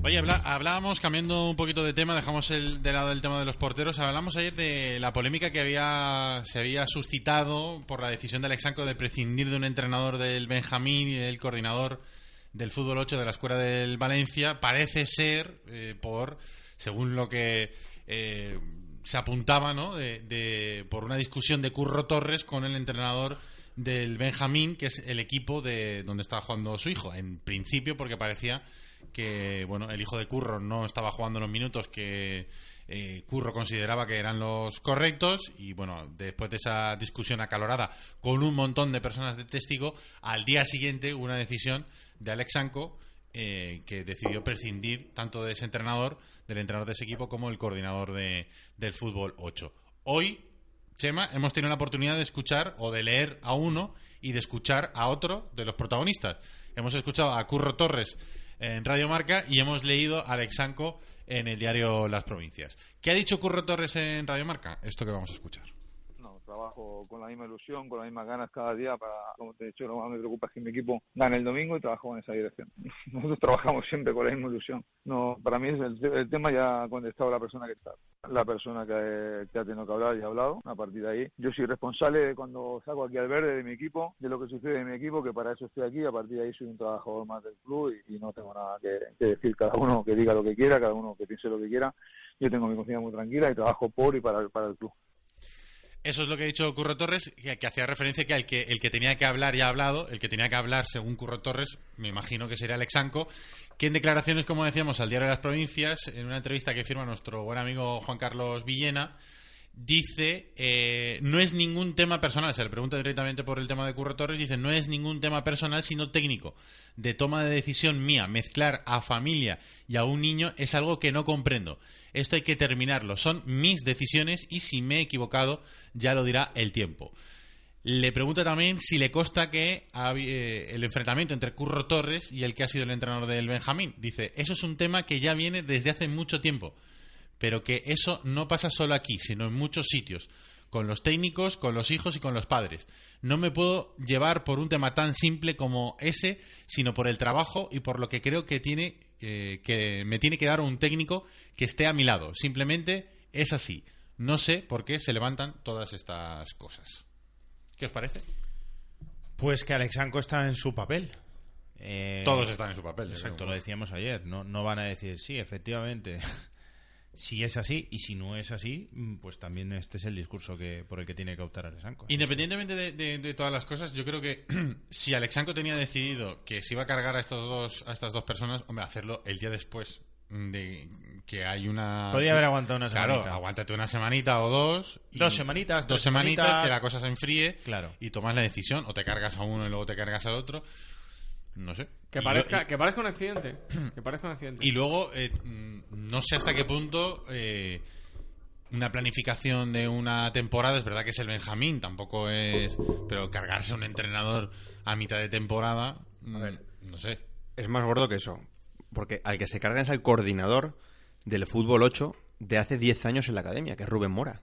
Oye, habla- hablábamos, cambiando un poquito de tema, dejamos el, de lado el tema de los porteros, hablamos ayer de la polémica que había se había suscitado por la decisión del Exanco de prescindir de un entrenador del Benjamín y del coordinador del fútbol 8 de la escuela del Valencia. Parece ser, eh, por, según lo que eh, se apuntaba, ¿no? De, de- por una discusión de Curro Torres con el entrenador del Benjamín, que es el equipo de donde estaba jugando su hijo, en principio, porque parecía que bueno el hijo de Curro no estaba jugando los minutos que eh, Curro consideraba que eran los correctos y bueno después de esa discusión acalorada con un montón de personas de testigo al día siguiente hubo una decisión de Alex Sanco eh, que decidió prescindir tanto de ese entrenador del entrenador de ese equipo como el coordinador de, del fútbol 8 hoy Chema, hemos tenido la oportunidad de escuchar o de leer a uno y de escuchar a otro de los protagonistas. Hemos escuchado a Curro Torres en Radio Marca y hemos leído a Alex Sanco en el diario Las Provincias. ¿Qué ha dicho Curro Torres en Radio Marca? Esto que vamos a escuchar. No, trabajo con la misma ilusión, con las mismas ganas cada día para, como te he dicho, lo más me preocupa es que mi equipo gane el domingo y trabajo en esa dirección. Nosotros trabajamos siempre con la misma ilusión. No, para mí es el, te- el tema ya ha contestado la persona que está. La persona que, que ha tenido que hablar y ha hablado. A partir de ahí, yo soy responsable de cuando saco aquí al verde de mi equipo, de lo que sucede en mi equipo, que para eso estoy aquí. A partir de ahí soy un trabajador más del club y, y no tengo nada que, que decir. Cada uno que diga lo que quiera, cada uno que piense lo que quiera. Yo tengo mi conciencia muy tranquila y trabajo por y para, el- para el club. Eso es lo que ha dicho Curro Torres, que, que hacía referencia que, al que el que tenía que hablar ya ha hablado, el que tenía que hablar, según Curro Torres, me imagino que sería Alex Sanco, que en declaraciones, como decíamos, al Diario de las Provincias, en una entrevista que firma nuestro buen amigo Juan Carlos Villena, dice, eh, no es ningún tema personal, se le pregunta directamente por el tema de Curro Torres, dice, no es ningún tema personal, sino técnico, de toma de decisión mía, mezclar a familia y a un niño es algo que no comprendo. Esto hay que terminarlo, son mis decisiones y si me he equivocado ya lo dirá el tiempo. Le pregunta también si le consta que ha habi- eh, el enfrentamiento entre Curro Torres y el que ha sido el entrenador del Benjamín. Dice, eso es un tema que ya viene desde hace mucho tiempo pero que eso no pasa solo aquí, sino en muchos sitios, con los técnicos, con los hijos y con los padres. No me puedo llevar por un tema tan simple como ese, sino por el trabajo y por lo que creo que tiene eh, que me tiene que dar un técnico que esté a mi lado. Simplemente es así. No sé por qué se levantan todas estas cosas. ¿Qué os parece? Pues que Alexanco está en su papel. Eh, Todos están en su papel, yo Exacto, creo. lo decíamos ayer. No, no van a decir, sí, efectivamente, si es así y si no es así, mm, pues también este es el discurso que por el que tiene que optar Alexanco. Independientemente de, de- de todas las cosas, yo creo que si Alexanco tenía decidido que se iba a cargar a estos dos, a estas dos personas, hombre, hacerlo el día después de que hay una. Podía haber aguantado una Claro, semanita. aguántate una semanita o dos. y- Dos semanitas, Dos tres semanitas, semanitas. que la cosa se enfríe. Claro. Y tomas la decisión, o te cargas a uno y luego te cargas al otro. No sé. Que Y parezca, lo- y- que parezca un accidente. Que parezca un accidente. y luego, eh, mm, no sé hasta qué punto eh, una planificación de una temporada. Es verdad que es el Benjamín, tampoco es. Pero cargarse un entrenador a mitad de temporada. mm, No sé. Es más gordo que eso. Porque al que se cargan es al coordinador del fútbol 8 de hace 10 años en la academia, que es Rubén Mora.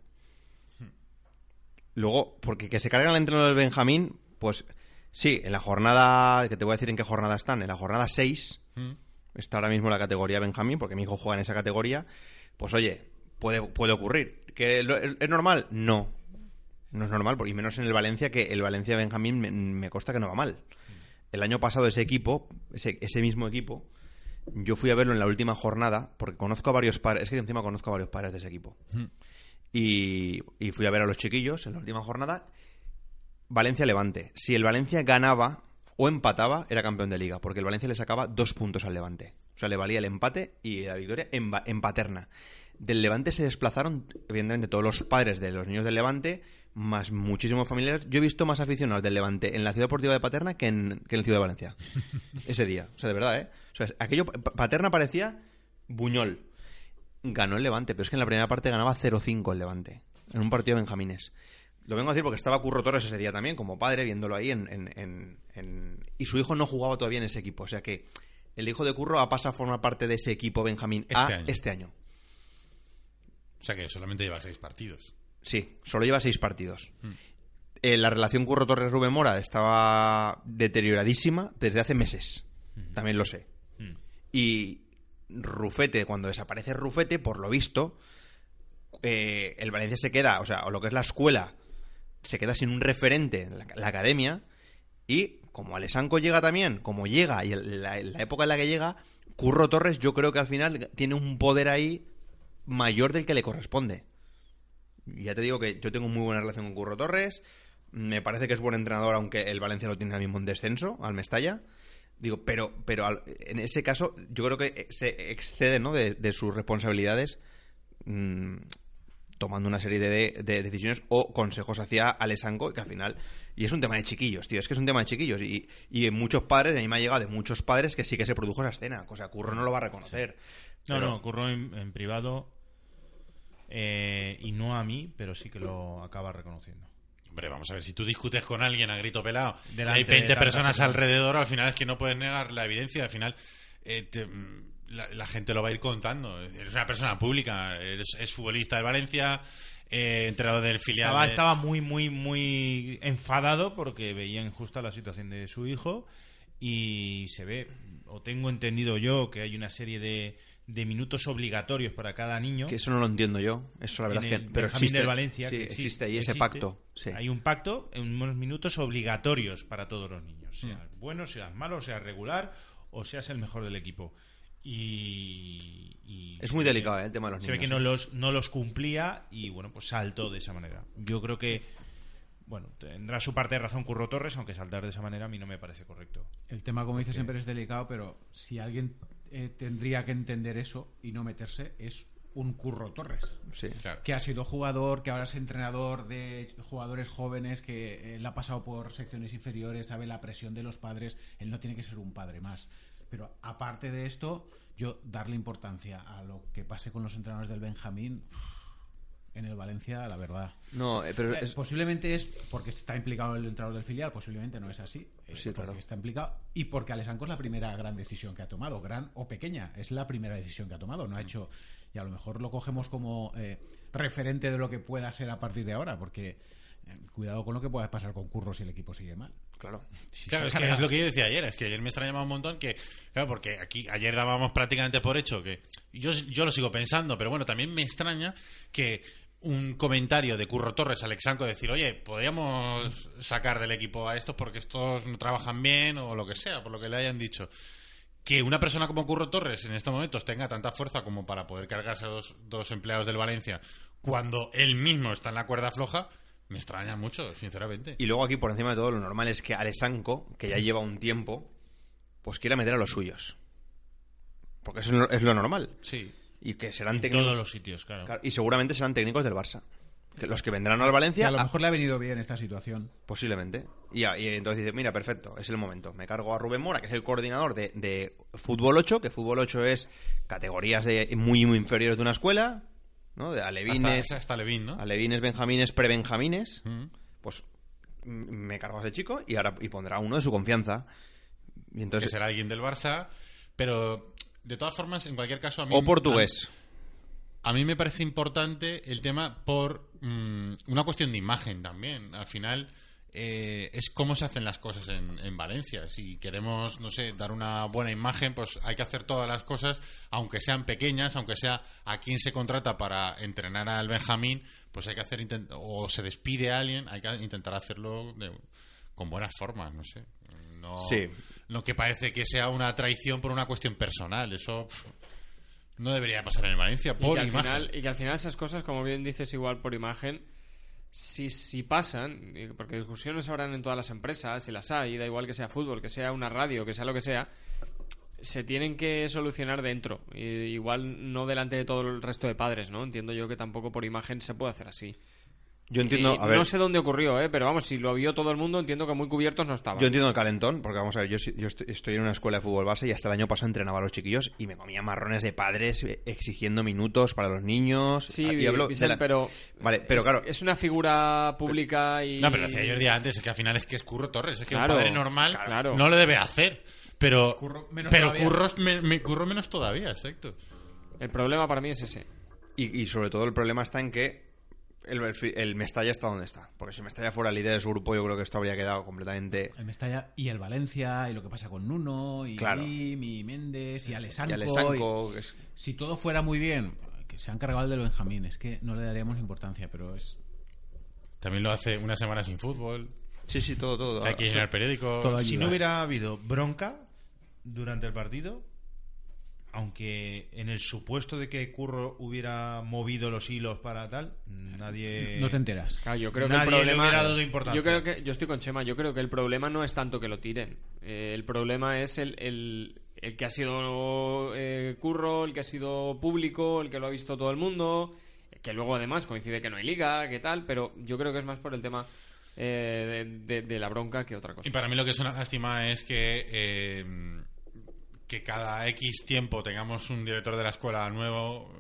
Luego, porque que se cargan al entrenador del Benjamín, pues sí, en la jornada, que te voy a decir en qué jornada están, en la jornada 6 Mm. está ahora mismo la categoría Benjamín, porque mi hijo juega en esa categoría, pues oye, puede, puede ocurrir. ¿Que lo- es es normal? No. No es normal, porque- y menos en el Valencia, que el Valencia Benjamín me, me consta que no va mal. El año pasado ese equipo, ese, ese mismo equipo, yo fui a verlo en la última jornada, porque conozco a varios padres, es que encima conozco a varios padres de ese equipo. Mm. Y, y fui a ver a los chiquillos en la última jornada. Valencia-Levante. Si el Valencia ganaba o empataba, era campeón de liga, porque el Valencia le sacaba dos puntos al Levante. O sea, le valía el empate y la victoria en, va- en paterna. Del Levante se desplazaron, evidentemente, todos los padres de los niños del Levante, más muchísimos familiares. Yo he visto más aficionados del Levante en la ciudad deportiva de Paterna que en, que en la ciudad de Valencia. Ese día. O sea, de verdad, ¿eh? O sea, aquello, Pa- Paterna parecía Buñol ganó el Levante, pero es que en la primera parte ganaba 0-5 el Levante, en un partido de Benjamines. Lo vengo a decir porque estaba Curro Torres ese día también, como padre, viéndolo ahí en, en- en- en- Y su hijo no jugaba todavía en ese equipo, o sea que el hijo de Curro ha pasado a formar parte de ese equipo Benjamín A Este año. este año. O sea que solamente lleva seis partidos. Sí, solo lleva seis partidos. Eh, la relación Curro Torres-Rubén Mora estaba deterioradísima desde hace meses, también lo sé. Y Rufete, cuando desaparece Rufete, por lo visto, eh, el Valencia se queda, o sea, o lo que es la escuela, se queda sin un referente, la, la academia, y como Alessanco llega también, como llega, y el- la, la época en la que llega, Curro Torres yo creo que al final tiene un poder ahí mayor del que le corresponde. Ya te digo que yo tengo muy buena relación con Curro Torres, me parece que es buen entrenador, aunque el Valencia lo tiene ahora mismo en descenso, al Mestalla. Digo, pero, pero al- en ese caso, yo creo que se excede ¿no? de, de sus responsabilidades mm, tomando una serie de, de decisiones o consejos hacia Alessanco, que al final. Y es un tema de chiquillos, tío. Es que es un tema de chiquillos. Y, y en muchos padres, a mí me ha llegado de muchos padres que sí que se produjo esa escena. O sea, Curro no lo va a reconocer. No, Pero- no, ocurrió en, en privado eh, y no a mí, pero sí que lo acaba reconociendo. Hombre, vamos a ver, si tú discutes con alguien a grito pelado y Delante hay de 20 tantas personas personas. alrededor, al final es que no puedes negar la evidencia, al final eh, te- mm, la, la gente lo va a ir contando. Eres una persona pública, eres, es futbolista de Valencia, eh, entrenador del filial. Estaba, de- estaba muy, muy, muy enfadado porque veía injusta la situación de su hijo y se ve, o tengo entendido yo, que hay una serie de, de minutos obligatorios para cada niño. Que eso no lo entiendo yo. Eso la verdad en es que. el Pero Benjamín existe, del Valencia. sí, que existe, ahí ese existe. pacto. Sí. Hay un pacto en unos minutos obligatorios para todos los niños. Seas Mm. bueno, seas malo, seas regular o seas el mejor del equipo. Y, y Es se muy ve delicado, que- eh, el tema de los se ve niños, que no eh. los, no los cumplía y bueno, pues saltó de esa manera. Yo creo que, bueno, tendrá su parte de razón Curro Torres, aunque saltar de esa manera a mí no me parece correcto. El tema, como dices, siempre es delicado, pero si alguien eh, tendría que entender eso y no meterse, es un Curro Torres. Sí. Claro. Que ha sido jugador, que ahora es entrenador de jugadores jóvenes, que eh, la ha pasado por secciones inferiores, sabe la presión de los padres. Él no tiene que ser un padre más. Pero aparte de esto, yo darle importancia a lo que pase con los entrenadores del Benjamín en el Valencia, la verdad. No, eh, pero Eh, es- Posiblemente es porque está implicado el entrenador del filial, posiblemente no es así. eh, Sí, porque claro. está implicado y porque Alessanco es la primera gran decisión que ha tomado, gran o pequeña, es la primera decisión que ha tomado. No ha hecho. Y a lo mejor lo cogemos como eh, referente de lo que pueda ser a partir de ahora, porque eh, cuidado con lo que pueda pasar con Curro si el equipo sigue mal. Claro. Si Claro, es, está que es cargado. lo que yo decía ayer, es que ayer me extrañaba un montón que, claro, porque aquí ayer dábamos prácticamente por hecho que yo, yo lo sigo pensando, pero bueno, también me extraña que un comentario de Curro Torres al Exanco decir, oye, podríamos sacar del equipo a estos porque estos no trabajan bien o lo que sea, por lo que le hayan dicho. Que una persona como Curro Torres en estos momentos tenga tanta fuerza como para poder cargarse a dos, dos empleados del Valencia cuando él mismo está en la cuerda floja, me extraña mucho, sinceramente. Y luego aquí, por encima de todo, lo normal es que Alessanco, que ya lleva un tiempo, pues quiera meter a los suyos. Porque eso es lo- es lo normal. Sí. Y que serán En técnicos... todos los sitios, claro. Claro, y seguramente serán técnicos del Barça. Que los que vendrán al Que Valencia, a lo ah, mejor le ha venido bien esta situación. posiblemente. Y, a- y entonces dice, mira, perfecto, es el momento. Me cargo a Rubén Mora, que es el coordinador de, de Fútbol 8, que Fútbol 8 es categorías de muy, muy inferiores de una escuela, ¿no? De alevines. Hasta- hasta Alevín, ¿no? Alevines, benjamines, prebenjamines. Pues m- me cargo a ese chico y ahora y pondrá uno de su confianza. Y entonces, que será alguien del Barça, pero de todas formas, en cualquier caso, a mí... o portugués. A, a mí me parece importante el tema por mm, una cuestión de imagen también. Al final eh, es cómo se hacen las cosas en, en Valencia. Si queremos, no sé, dar una buena imagen, pues hay que hacer todas las cosas, aunque sean pequeñas, aunque sea a quién se contrata para entrenar al Benjamín, pues hay que hacer, intent- o se despide a alguien, hay que intentar hacerlo de- con buenas formas, no sé. No, Sí. no que parece que sea una traición por una cuestión personal. Eso pf, no debería pasar en Valencia Y por que, al imagen. final, y que al final esas cosas, como bien dices, igual por imagen, si, si pasan, y- porque discusiones habrán en todas las empresas, si las hay, da igual que sea fútbol, que sea una radio, que sea lo que sea, se tienen que solucionar dentro. Y- igual no delante de todo el resto de padres, ¿no? Entiendo yo que tampoco por imagen se puede hacer así. Yo entiendo. Y a ver, No sé dónde ocurrió, ¿eh? pero vamos, si lo vio todo el mundo, entiendo que muy cubiertos no estaban. Yo entiendo el calentón, porque vamos a ver, yo, si- yo estoy, estoy en una escuela de fútbol base y hasta el año pasado entrenaba a los chiquillos y me comía marrones de padres eh, exigiendo minutos para los niños. ah, Sí, y hablo de Vicent, la- pero. Vale, pero es- claro, Es una figura pública y. No, pero lo hacía Jordi antes, es que al final es que es Curro Torres, es que Claro, un padre normal claro. no lo debe hacer. Pero Curro Curro menos menos pero todavía. Curros me, me- Curro menos todavía, exacto. El problema para mí es ese. Y, y sobre todo el problema está en que el, el, fi- el Mestalla está donde está. Porque si Mestalla fuera líder de su grupo, yo creo que esto habría quedado completamente. El Mestalla y el Valencia y lo que pasa con Nuno y Claro. Lim y Méndez y Alessanco. Y Alessanco, que es- Si todo fuera muy bien, que se han cargado el del Benjamín, es que no le daríamos importancia, pero es También lo hace una semana sin fútbol. Sí, sí, todo, todo. Hay que ir al periódico. si no hubiera habido bronca durante el partido, aunque en el supuesto de que Curro hubiera movido los hilos para tal, nadie. No te enteras. Claro, yo creo nadie que el problema. le hubiera dado importancia. Yo creo que yo estoy con Chema. Yo creo que el problema no es tanto que lo tiren. Eh, el problema es el, el- el que ha sido eh, curro, el que ha sido público, el que lo ha visto todo el mundo, que luego además coincide que no hay liga, que tal. Pero yo creo que es más por el tema eh, de, de- de la bronca que otra cosa. Y para mí lo que es una lástima es que, eh, que cada X tiempo tengamos un director de la escuela nuevo,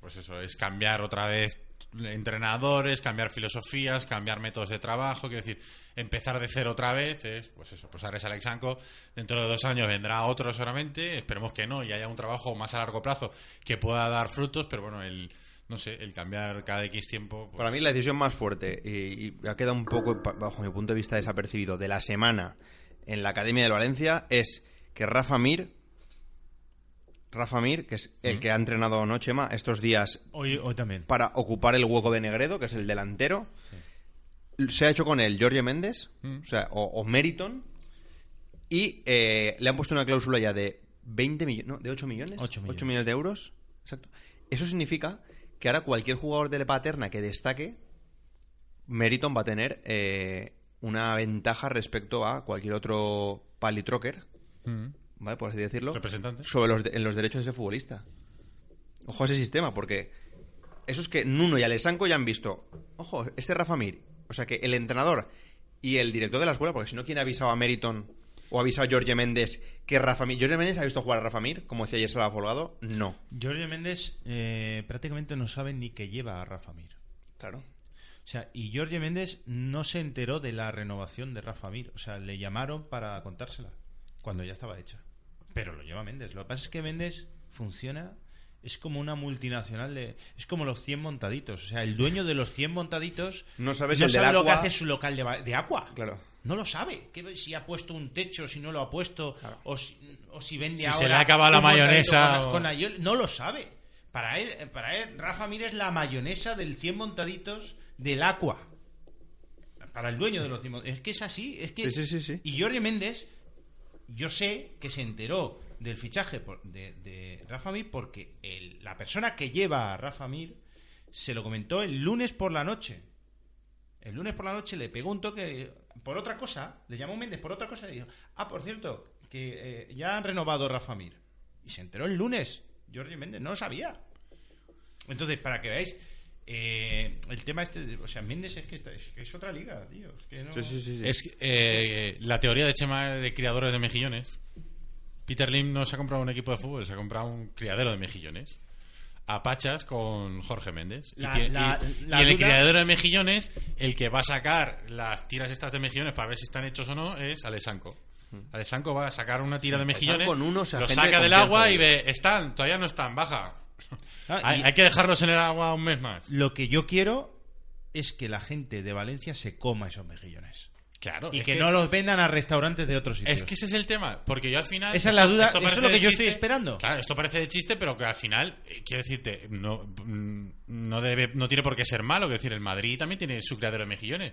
pues eso, es cambiar otra vez entrenadores, cambiar filosofías, cambiar métodos de trabajo, quiero decir, empezar de cero otra vez, es, pues eso, pues ahora es Alex Anco, dentro de dos años vendrá otro seguramente, esperemos que no, y haya un trabajo más a largo plazo que pueda dar frutos, pero bueno, el, no sé, el cambiar cada X tiempo... pues- Para mí la decisión más fuerte, y, y ha quedado un poco, pa- bajo mi punto de vista, desapercibido, de la semana en la Academia de Valencia es que Rafa Mir, Rafa Mir, que es el que ha entrenado ¿no, Chema estos días Hoy, hoy también. para ocupar el hueco de Negredo, que es el delantero, se ha hecho con él Jorge Méndez, Mm. o sea, o, o Meriton, y eh, le han puesto una cláusula ya de 20 millones, no, de 8 millones, 8 millones. de euros, exacto. Eso significa que ahora cualquier jugador de la paterna que destaque, Meriton va a tener eh, una ventaja respecto a cualquier otro palitrocker, Mm. ¿vale? Por así decirlo. Representante. Sobre los, de- en los derechos de ese futbolista. Ojo a ese sistema, porque eso es que Nuno y Alessanco ya han visto. Ojo, este Rafa Mir. O sea que el entrenador y el director de la escuela, porque si no, ¿quién ha avisado a Meriton o ha avisado a Jorge Méndez que Rafa Mir. ¿Jorge Méndez ha visto jugar a Rafa Mir? Como decía ayer Sala Folgado, no. Jorge Méndez eh, prácticamente no sabe ni que lleva a Rafa Mir. Claro. O sea, y Jorge Méndez no se enteró de la renovación de Rafa Mir. O sea, le llamaron para contársela cuando ya estaba hecha. Pero lo lleva Méndez. Lo que pasa es que Méndez funciona. Es como una multinacional de. Es como los 100 montaditos. O sea, el dueño de los 100 montaditos. No sabes el del sabe lo que Aqua. hace su local de, ba- de agua. Claro. No lo sabe. ¿Qué- si ha puesto un techo, si no lo ha puesto. O, si, o si vende Si ahora. se le acaba la un montadito mayonesa con- o- con Ayol- no lo sabe. Para él, para él, Rafa Mir es la mayonesa del 100 montaditos del Aqua. Para el dueño de los 100 montaditos. Es que es así. Es que... Sí, sí, sí, sí. Y Jorge Méndez, yo sé que se enteró del fichaje por- de, de Rafa Mir porque el- la persona que lleva a Rafa Mir se lo comentó el lunes por la noche. El lunes por la noche le pegó un toque por otra cosa, le llamó Méndez por otra cosa y dijo, ah, por cierto, que eh, ya han renovado a Rafa Mir. Y se enteró el lunes, Jorge Méndez, no lo sabía. Entonces, para que veáis, eh, el tema este, de- o sea, Méndez es que, está- es, que es otra liga, tío. es que no- Es eh, la teoría de Chema de criadores de mejillones. Peter Lim no se ha comprado un equipo de fútbol, se ha comprado un criadero de mejillones. a pachas con Jorge Méndez. La- y, que- la- y- y la el duda- creador de mejillones, el que va a sacar las tiras estas de mejillones para ver si están hechos o no, es Alessanco. Mm. Alessanco va a sacar una tira de mejillones, con uno, o sea, lo gente de saca del confianza agua de y él. ve, están, todavía no están, baja. Ah, hay, y- hay que dejarlos en el agua un mes más. Lo que yo quiero es que la gente de Valencia se coma esos mejillones. Claro. Y es que, no los vendan a restaurantes de otros sitios. Es que ese es el tema, porque yo al final... Esa es la duda, eso es parece lo que de yo estoy esperando. Claro, esto parece de chiste, pero que al final, eh, quiero decirte, no, mm, no, debe, no tiene por qué ser malo. Quiero decir, el Madrid también tiene su criadero de mejillones.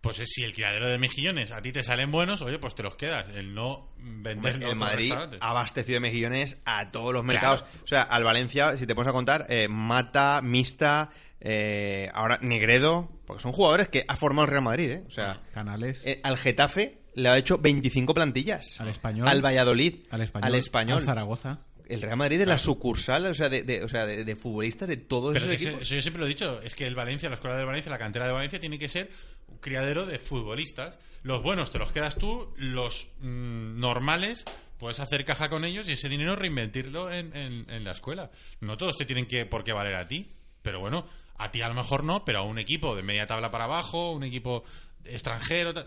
Pues eh, si el criadero de mejillones a ti te salen buenos, oye, pues te los quedas. El no Hombre, venderlo el a otro Madrid restaurante. abastecido de mejillones a todos los mercados. O sea, al Valencia, si te pones a contar, eh, Mata, Mista, eh, ahora Negredo, porque son jugadores que ha formado el Real Madrid, ¿eh? O sea, Canales. eh, al Getafe le ha hecho 25 plantillas. Al Español. Al Valladolid. al español. Al Español. al Zaragoza. El Real Madrid es la sucursal, o sea, de, de- o sea, de, de futbolistas de todos Pero esos que eso, equipos. eso yo siempre lo he dicho, es que el Valencia, la escuela de Valencia, la cantera de Valencia tiene que ser un criadero de futbolistas. Los buenos te los quedas tú, los mm, normales puedes hacer caja con ellos y ese dinero reinvertirlo en, en- en la escuela. No todos te tienen que por qué valer a ti, pero bueno, a ti a lo mejor no, pero a un equipo de media tabla para abajo, un equipo extranjero, tal,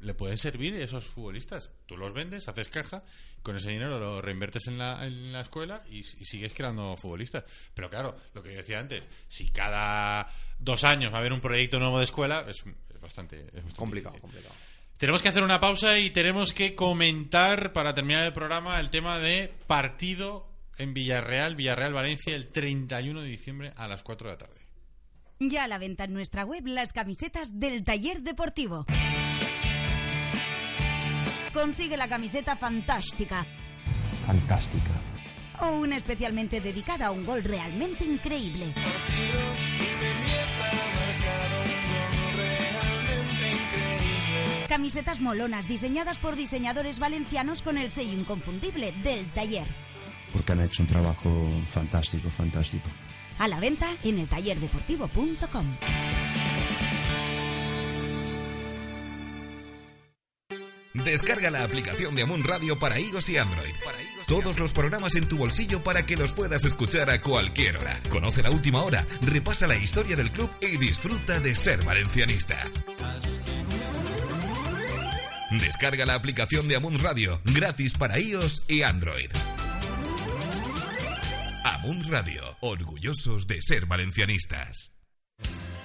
le pueden servir esos futbolistas. Tú los vendes, haces caja, con ese dinero lo reinvertes en la, en la escuela y, s- y sigues creando futbolistas. Pero claro, lo que decía antes, si cada dos años va a haber un proyecto nuevo de escuela, es, es bastante, es bastante Complicado, difícil. complicado. Tenemos que hacer una pausa y tenemos que comentar para terminar el programa el tema de partido en Villarreal, Villarreal-Valencia, el 31 de diciembre a las 4 de la tarde. Ya a la venta en nuestra web las camisetas del taller deportivo. Consigue la camiseta fantástica. Fantástica. O una especialmente dedicada a un gol realmente increíble. Camisetas molonas diseñadas por diseñadores valencianos con el sello inconfundible del taller. porque han hecho un trabajo fantástico, fantástico. A la venta en el tallerdeportivo.com. Descarga la aplicación de Amun Radio para iOS y Android. Todos los programas en tu bolsillo para que los puedas escuchar a cualquier hora. Conoce la última hora, repasa la historia del club y disfruta de ser valencianista. Descarga la aplicación de Amun Radio, gratis para iOS y Android. Amun Radio, orgullosos de ser valencianistas.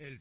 El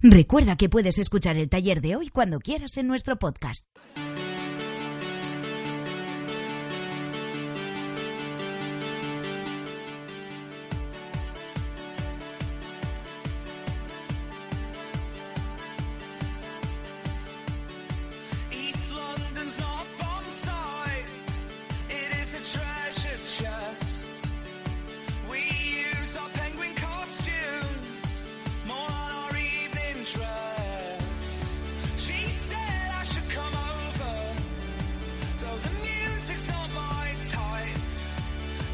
Recuerda que puedes escuchar el taller de hoy cuando quieras en nuestro podcast. East London's not bomb site. It is a treasure chest. We use our penguin costumes more on our evening dress. She said I should come over, though the music's not my type.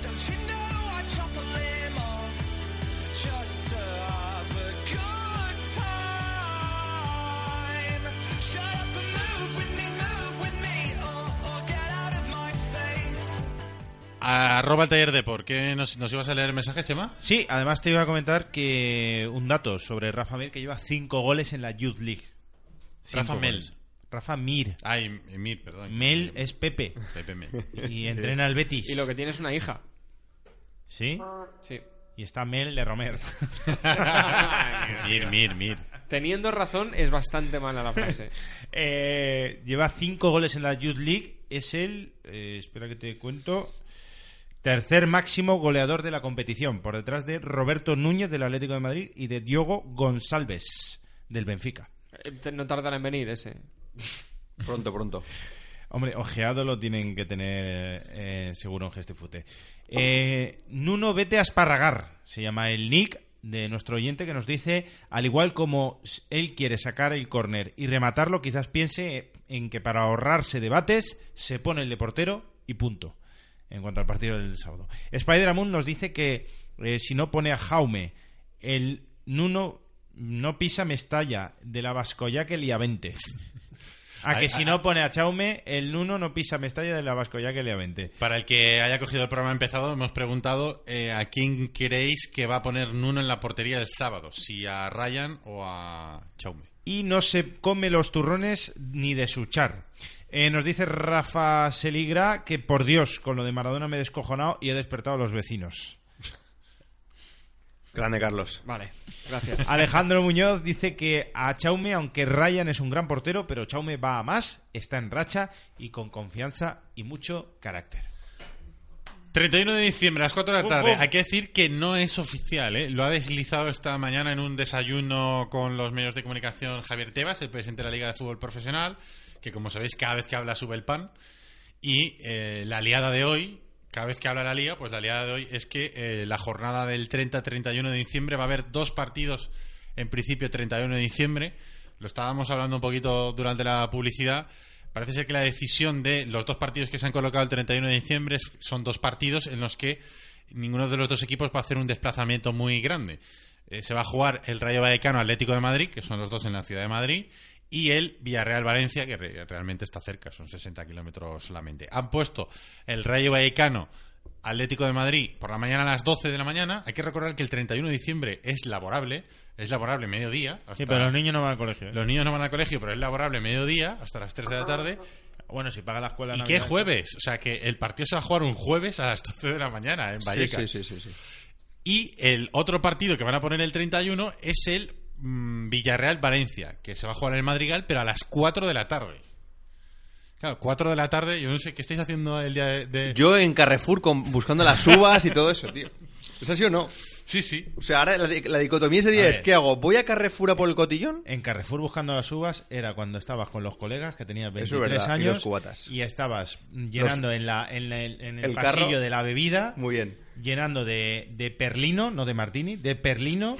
Don't you know I chop a limb off just to have a good time? Shut up and move with me, move with me, or, or get out of my face. Arroba el taller de por qué nos, nos ibas a leer mensajes, Chema. Sí, además te iba a comentar que un dato sobre Rafa Mir que lleva cinco goles en la Youth League. Cinco Rafa Mel. goles. Rafa Mir. Ay, Mir, perdón. Mel es Pepe. Pepe Mel. Y entrena al Betis. Y lo que tiene es una hija. ¿Sí? Sí. Y está Mel de Romer. Mir, Mir, Mir. Teniendo razón, es bastante mala la frase. Eh, lleva cinco goles en la Youth League. Es el, eh, espera que te cuento, tercer máximo goleador de la competición, por detrás de Roberto Núñez del Atlético de Madrid y de Diogo González del Benfica. Eh, te- No tardará en venir ese. Pronto, pronto. Hombre, ojeado lo tienen que tener eh, seguro en Gestifute. Eh, Nuno, vete a esparragar. Se llama el nick de nuestro oyente que nos dice, al igual como s- él quiere sacar el córner y rematarlo, quizás piense en que para ahorrarse debates se pone el de portero y punto. En cuanto al partido del sábado. Spider Moon nos dice que eh, si no pone a Jaume, el Nuno no pisa Mestalla de la Vascoyaque Liavente. A que Ay, si ay, no pone a Chaume, el Nuno no pisa Mestalla de la Vascoyaque Liavente. Para el que haya cogido el programa empezado, hemos preguntado eh, a quién creéis que va a poner Nuno en la portería el sábado, si a Ryan o a Chaume. y no se come los turrones ni de su char. Eh, nos dice Rafa Seligra que por Dios, con lo de Maradona me he descojonado y he despertado a los vecinos. Grande Carlos. Vale, gracias. Alejandro Muñoz dice que a Chaume, aunque Ryan es un gran portero, pero Chaume va a más, está en racha y con confianza y mucho carácter. 31 de diciembre, a las 4 de la Pum, tarde. pum. Hay que decir que no es oficial, ¿eh? Lo ha deslizado esta mañana en un desayuno con los medios de comunicación Javier Tebas, el presidente de la Liga de Fútbol Profesional, que como sabéis, cada vez que habla sube el pan. Y eh, la aliada de hoy, cada vez que habla la Liga, pues la aliada de hoy es que eh, la jornada del 30-31 de diciembre va a haber dos partidos, en principio 31 de diciembre. Lo estábamos hablando un poquito durante la publicidad. Parece ser que la decisión de los dos partidos que se han colocado el 31 de diciembre es- son dos partidos en los que ninguno de los dos equipos va a hacer un desplazamiento muy grande. Eh, se va a jugar el Rayo Vallecano Atlético de Madrid, que son los dos en la ciudad de Madrid, y el Villarreal Valencia, que re- realmente está cerca, son 60 kilómetros solamente. Han puesto el Rayo Vallecano Atlético de Madrid por la mañana a las 12 de la mañana. Hay que recordar que el 31 de diciembre es laborable, es laborable mediodía. hasta- Sí, pero los niños no van al colegio. ¿eh? los niños no van al colegio, pero es laborable mediodía hasta las 3 de la tarde. Bueno, si paga la escuela... ¿Y Navidad- qué jueves? O sea, que el partido se va a jugar un jueves a las 12 de la mañana en Vallecas. Sí, sí, sí, sí, sí. Y el otro partido que van a poner el 31 es el mm, Villarreal-Valencia, que se va a jugar en el Madrigal, pero a las 4 de la tarde. Claro, 4 de la tarde, yo no sé qué estáis haciendo el día de... de- Yo en Carrefour con- buscando las uvas y todo eso, tío. ¿Es así o no? Sí, sí. O sea, ahora la, di- la dicotomía ese A día es, ver. ¿qué hago? ¿Voy a Carrefour a por el cotillón? En Carrefour buscando las uvas era cuando estabas con los colegas que tenías Eso es 23 verdad, y años los cubatas. y estabas llenando en, la, en, la- en el, el carro. pasillo de la bebida, Muy bien. llenando de, de perlino, no de martini, de perlino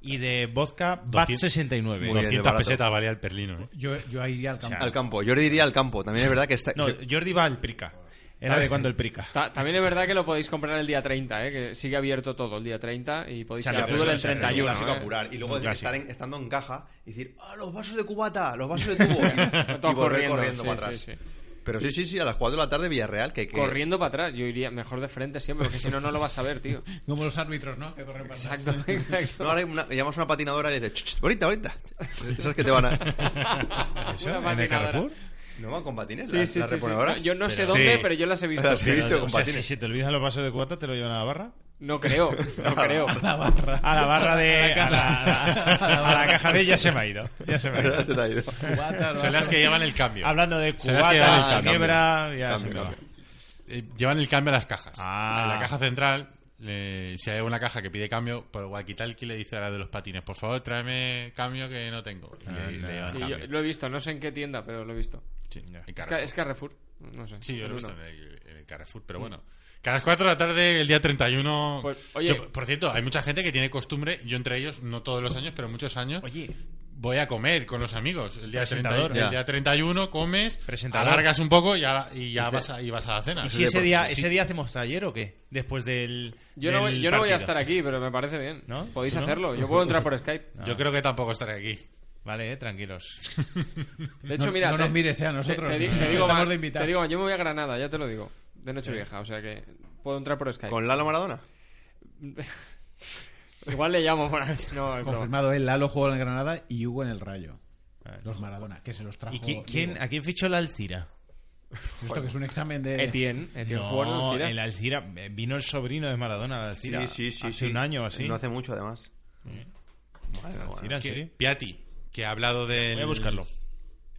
y de vodka Bat 200 69. Muy bien, 200 de barato. pesetas valía el perlino, ¿eh? ¿no? Yo, yo ahí iría al campo. Al campo. Yo diría al campo. También es verdad que está... No, se- Jordi va al prica. Era de cuando el prica. Ta- también es verdad que lo podéis comprar el día 30, ¿eh? que sigue abierto todo el día 30 y podéis O sea, ir al pero fútbol el eso- eso- eso- 31. Es un clásico ¿eh? apurar. Y luego Un de clásico. estar en- estando en caja y decir, ¡ah, los vasos de cubata! ¡Los vasos de tubo! Y, Todo y volver corriendo, sí, para atrás. Eh. sí, sí. Pero sí, sí, sí, a las 4 de la tarde Villarreal, que hay que... Corriendo para atrás, yo iría mejor de frente siempre, porque si no, no lo vas a ver, tío. Como los árbitros, ¿no? Que corren para atrás. Exacto, exacto. No, ahora hay una, llamas a una patinadora y le dices, "Ch, ch, ahorita, ahorita. Esas que te van a... ¿Eso? Una ¿En el patinadora. Carrefour? ¿No van con patines Sí, las, sí, las sí, sí. reponedoras? No, Yo no sé Pero- dónde, Sí. pero yo las he visto. Las he visto con O sea, si patines. se te olvidan los vasos de cuata, ¿te lo llevan a la barra? No creo, no creo. A la barra de... A la, a la- a la caja de ya se me ha ido. Ya se me ha ido. Se te ha ido. Cubatas, Son las que llevan el cambio. Hablando de Son las que llevan el cubata, cambio. quiebra, ya se Cambio, me va. cambio. Eh, llevan el cambio a las cajas. Ah. En la caja central, eh, si hay una caja que pide cambio, por Wakitalki le dice a la de los patines, por favor, tráeme cambio que no tengo. Y le- le llevan Sí, cambio. yo lo he visto, no sé en qué tienda, pero lo he visto. Sí, en Es, Carrefour. Ca- es Carrefour, no sé. Sí, yo lo he Pero visto no. en el, en el Carrefour, pero bueno. Que a las 4 de la tarde, el día 31... Pues, oye- Yo, por cierto, hay mucha gente que tiene costumbre, yo entre ellos, no todos los años, pero muchos años, Oye, voy a comer con los amigos. El día, Presentador. 30 el Ya. día 31 comes, Presentador. alargas un poco y, a- y ya vas a, y vas a la cena. ¿Y si ese deporte. día, Sí. ese día hacemos taller o qué? Después del. Yo, no voy, del yo no voy a partido. estar aquí, pero me parece bien. ¿No? Podéis ¿Tú no? hacerlo, yo puedo entrar por Skype. Yo creo que tampoco estaré aquí. Vale, eh, tranquilos. De hecho, No- mira. no te- nos mires, eh, a te- nosotros. Te, di- Nos te digo, estamos más, de invitados. te digo más, yo me voy a Granada, ya te lo digo. De noche vieja, o sea que puedo entrar por Skype. ¿Con Lalo Maradona? Igual le llamo por ahí. No, es broma. Confirmado, el Lalo jugó en el Granada y Hugo en el Rayo. Los Maradona, que se los trajo. ¿Y qui- quién, a quién fichó la Alcira? Esto que es un examen Eh, de. no, el Alcira. eh, Vino el sobrino de Maradona al Alcira. Sí, sí, sí, Hace sí. un año o así. No hace mucho, además. Alcira, Que- sí. Piatti, que ha hablado del... Voy a buscarlo. ha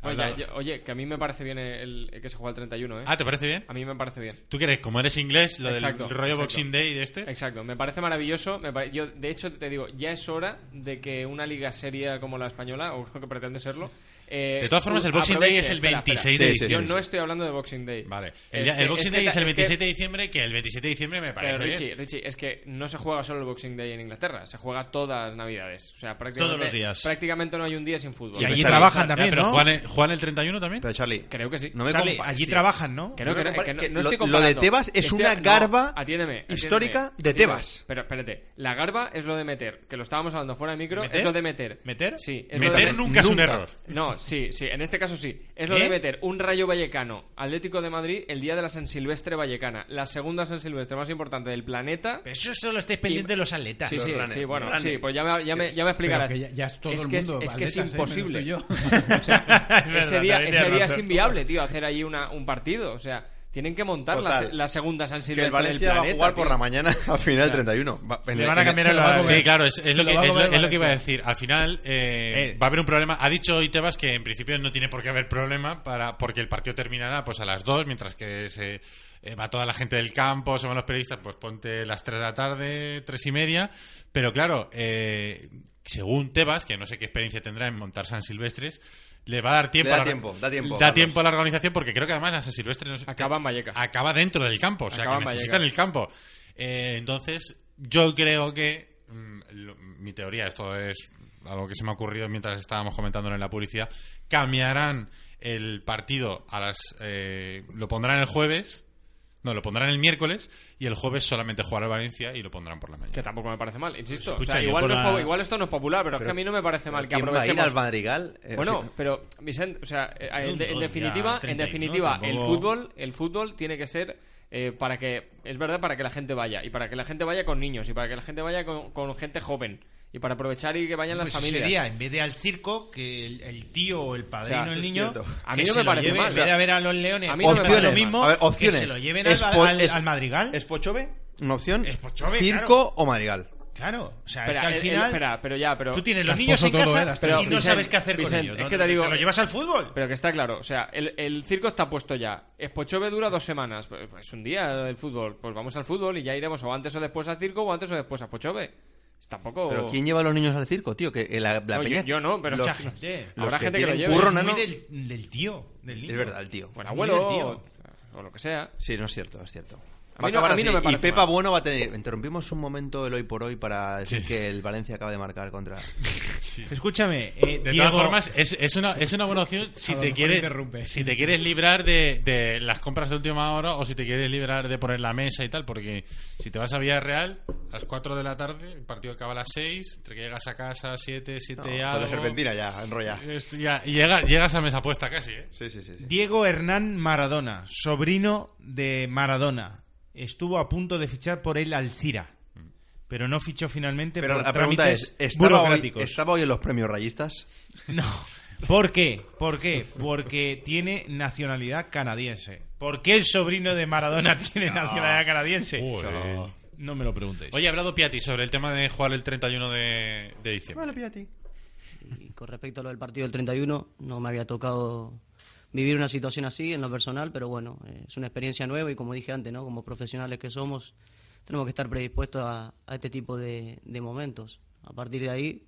Oye, hablado- Pues ya- oye, que a mí me parece bien el, el que se juega el 31, ¿eh? Ah, ¿te parece bien? A mí me parece bien. ¿Tú crees? Como eres inglés, lo del rollo Boxing Day de este. Exacto, me parece maravilloso. me pare- Yo, de hecho, te digo, ya es hora de que una liga seria como la española, o que pretende serlo. eh, De todas formas, el Boxing aproveche- Day es el espera, espera. 26 de Sí, sí, Yo sí, sí. no estoy hablando de Boxing Day. Vale, El, el Boxing Day es el 27 de diciembre, que el 27 de diciembre me parece Pero Richie, bien. Richie, es que no se juega solo el Boxing Day en Inglaterra, se juega todas las navidades. O sea, prácticamente, Todos los días. prácticamente no hay un día sin fútbol. Sí, pero- ya, pero Juan, el- Juan el 31 también. Pero Charlie, Creo que sí. No me Sale, compares, allí tío. trabajan, ¿no? Que no, que no, que no, no estoy lo, lo de comparando. Tebas es Estoy- una no, garba atiéndeme, atiéndeme, histórica de atiéndeme. Tebas. Pero espérate, la garba es lo de meter, que lo estábamos hablando fuera de micro, ¿Meter? es lo de meter. ¿Meter? Sí. Meter nunca es un error. No, sí, sí, en este caso sí. Es lo ¿Qué? de meter un Rayo Vallecano Atlético de Madrid el día de la San Silvestre Vallecana, la segunda San Silvestre más importante del planeta. Pero eso solo estáis pendiente de los atletas. Sí, Los sí, runners, sí, bueno, runners. sí, pues ya me, ya me, ya me explicarás. Pero que ya- ya es todo el que mundo, es, que es atletas, ¿eh? Menos tú y imposible. yo. O sea, Es verdad, ese día, también ese tienes día es razón. inviable, tío, hacer allí una, un partido. O sea, tienen que montar la, Total. la segunda San Que el Silvestre del Valencia va planeta. a jugar por tío. la mañana al final O sea, 31. Va- en le el- van a en el- cambiar Se lo va a comer. Sí, claro, es, es lo, Se que, lo va a es lo- comer es lo que iba a Valencia. decir. Al final eh, Eh, va a haber un problema. Ha dicho hoy Tebas que en principio no tiene por qué haber problema para porque el partido terminará pues a las 2, mientras que se eh, va toda la gente del campo, se van los periodistas, pues ponte las 3 de la tarde, 3 y media. Pero claro, eh, según Tebas, que no sé qué experiencia tendrá en montar San Silvestres, le va a dar tiempo. Le da a la- tiempo, da tiempo, da Carlos. tiempo a la organización porque creo que además la San Silvestre no sé- Acaba en Vallecas. acaba dentro del campo, o sea, Acaba en que necesitan Vallecas. el campo. Eh, entonces, yo creo que mm, lo- mi teoría, esto es algo que se me ha ocurrido mientras estábamos comentándolo en la publicidad, cambiarán el partido a las eh, lo pondrán el jueves, no, lo pondrán el miércoles y el jueves solamente jugará el Valencia y lo pondrán por la mañana. Que tampoco me parece mal, insisto. O Escucha, sea, yo igual, con no es la- po- igual esto no es popular, pero, es que Pero- a mí no me parece mal que ¿quién va a ir aprovechemos. al Madrigal? Eh, bueno, sí. pero, Vicente, o sea, eh, en, un de- en dos ya, definitiva, 30, en ¿no? definitiva el, Tampoco- fútbol, el fútbol tiene que ser. eh, para que, es verdad, para que la gente vaya. Y para que la gente vaya con niños. Y para que la gente vaya con, con gente joven. Y para aprovechar y que vayan las Pues ese familias. día, en vez de al circo, que el, el tío o el padrino O sea, el es niño. cierto. que A mí no se me lo parece lleve, mal, En o sea, vez de haber a los leones. a mí no me parece opciones. Lo mal. mismo, A ver, opciones. Que se lo lleven Es po- al, al- es- al Madrigal. ¿Es Pochove? Una opción. Pochove, ¿Circo claro. o Madrigal? Claro. O sea, Espera, es que al el- el- final. espera, pero ya, pero- Tú tienes los Las niños en puso todo, casa eh, las pero, y tres. no Vicent, sabes qué hacer Vicent, con ellos. es ¿no? que te digo- lo llevas al fútbol. Pero que está claro, o sea, el, el circo está puesto ya. Spochove dura dos semanas. Pues pues un día el fútbol. Pues vamos al fútbol y ya iremos o antes o después al circo o antes o después a Spochove. Tampoco. Pero ¿quién lleva a los niños al circo, tío? Que eh, la, la No, yo- peña- Oh. yo no, pero los- mucha gente. los Habrá gente que lo tienen lleve. curro, Muy nano- del- Del tío. Del niño. Es verdad, el tío. Buen Muy del abuelo. tío. O lo que sea. Sí, no es cierto, es cierto. A Va mí no- acabar a mí no así. me parece y Pepa mal. Bueno va a tener... Interrumpimos un momento el hoy por hoy para decir que el Valencia acaba de marcar contra... Escúchame. eh, De Diego- todas formas, es, es una, es una buena opción si A lo te, mejor quieres, interrumpe. si te quieres librar de, de las compras de última hora o si te quieres librar de poner la mesa y tal, porque si te vas a Villarreal a las 4 de la tarde, el partido acaba a las 6, entre que llegas a casa 7, 7 No, algo... con la serpentina ya, enrolla. Esto ya- y llega- llegas a mesa puesta casi, ¿eh? Sí, sí, sí. Diego Hernán Maradona, sobrino de Maradona, estuvo a punto de fichar por el Alcira, pero no fichó finalmente Pero por la pregunta trámites es, ¿estaba hoy, burocráticos. estaba hoy en los premios rayistas? ¿Por qué? ¿Por qué? Porque tiene nacionalidad canadiense. ¿Por qué el sobrino de Maradona tiene nacionalidad canadiense? Pues, Joder. No me lo preguntéis. Oye, ha hablado Piatti sobre el tema de jugar el 31 de, de diciembre. Y con respecto a lo del partido del 31, no me había tocado vivir una situación así en lo personal, pero bueno, eh, es una experiencia nueva y como dije antes, ¿no? como profesionales que somos, tenemos que estar predispuestos a, a este tipo de, de momentos. A partir de ahí,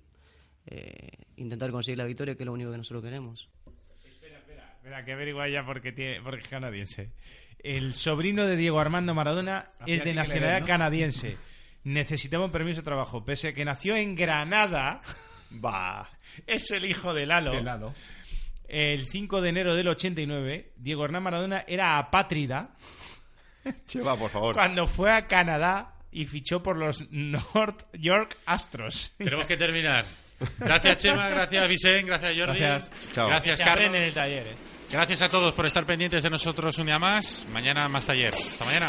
eh, intentar conseguir la victoria, que es lo único que nosotros queremos. Espera, que averigua ya porque, tiene, porque es canadiense. El sobrino de Diego Armando Maradona Hacía es de que le nacionalidad den, ¿no? canadiense. Necesitaba un permiso de trabajo. Pese a que nació en Granada, va. es el hijo de Lalo. De Lalo. El 5 de enero del 89, Diego Hernán Maradona era apátrida Cheva, por favor. cuando fue a Canadá y fichó por los North York Astros. Tenemos que terminar. Gracias, Chema. Gracias, Vicente. Gracias, Jordi. Gracias. Chao. Gracias, Se aprende Carlos. en el taller, ¿eh? Gracias a todos por estar pendientes de nosotros un día más. Mañana más taller. Hasta mañana.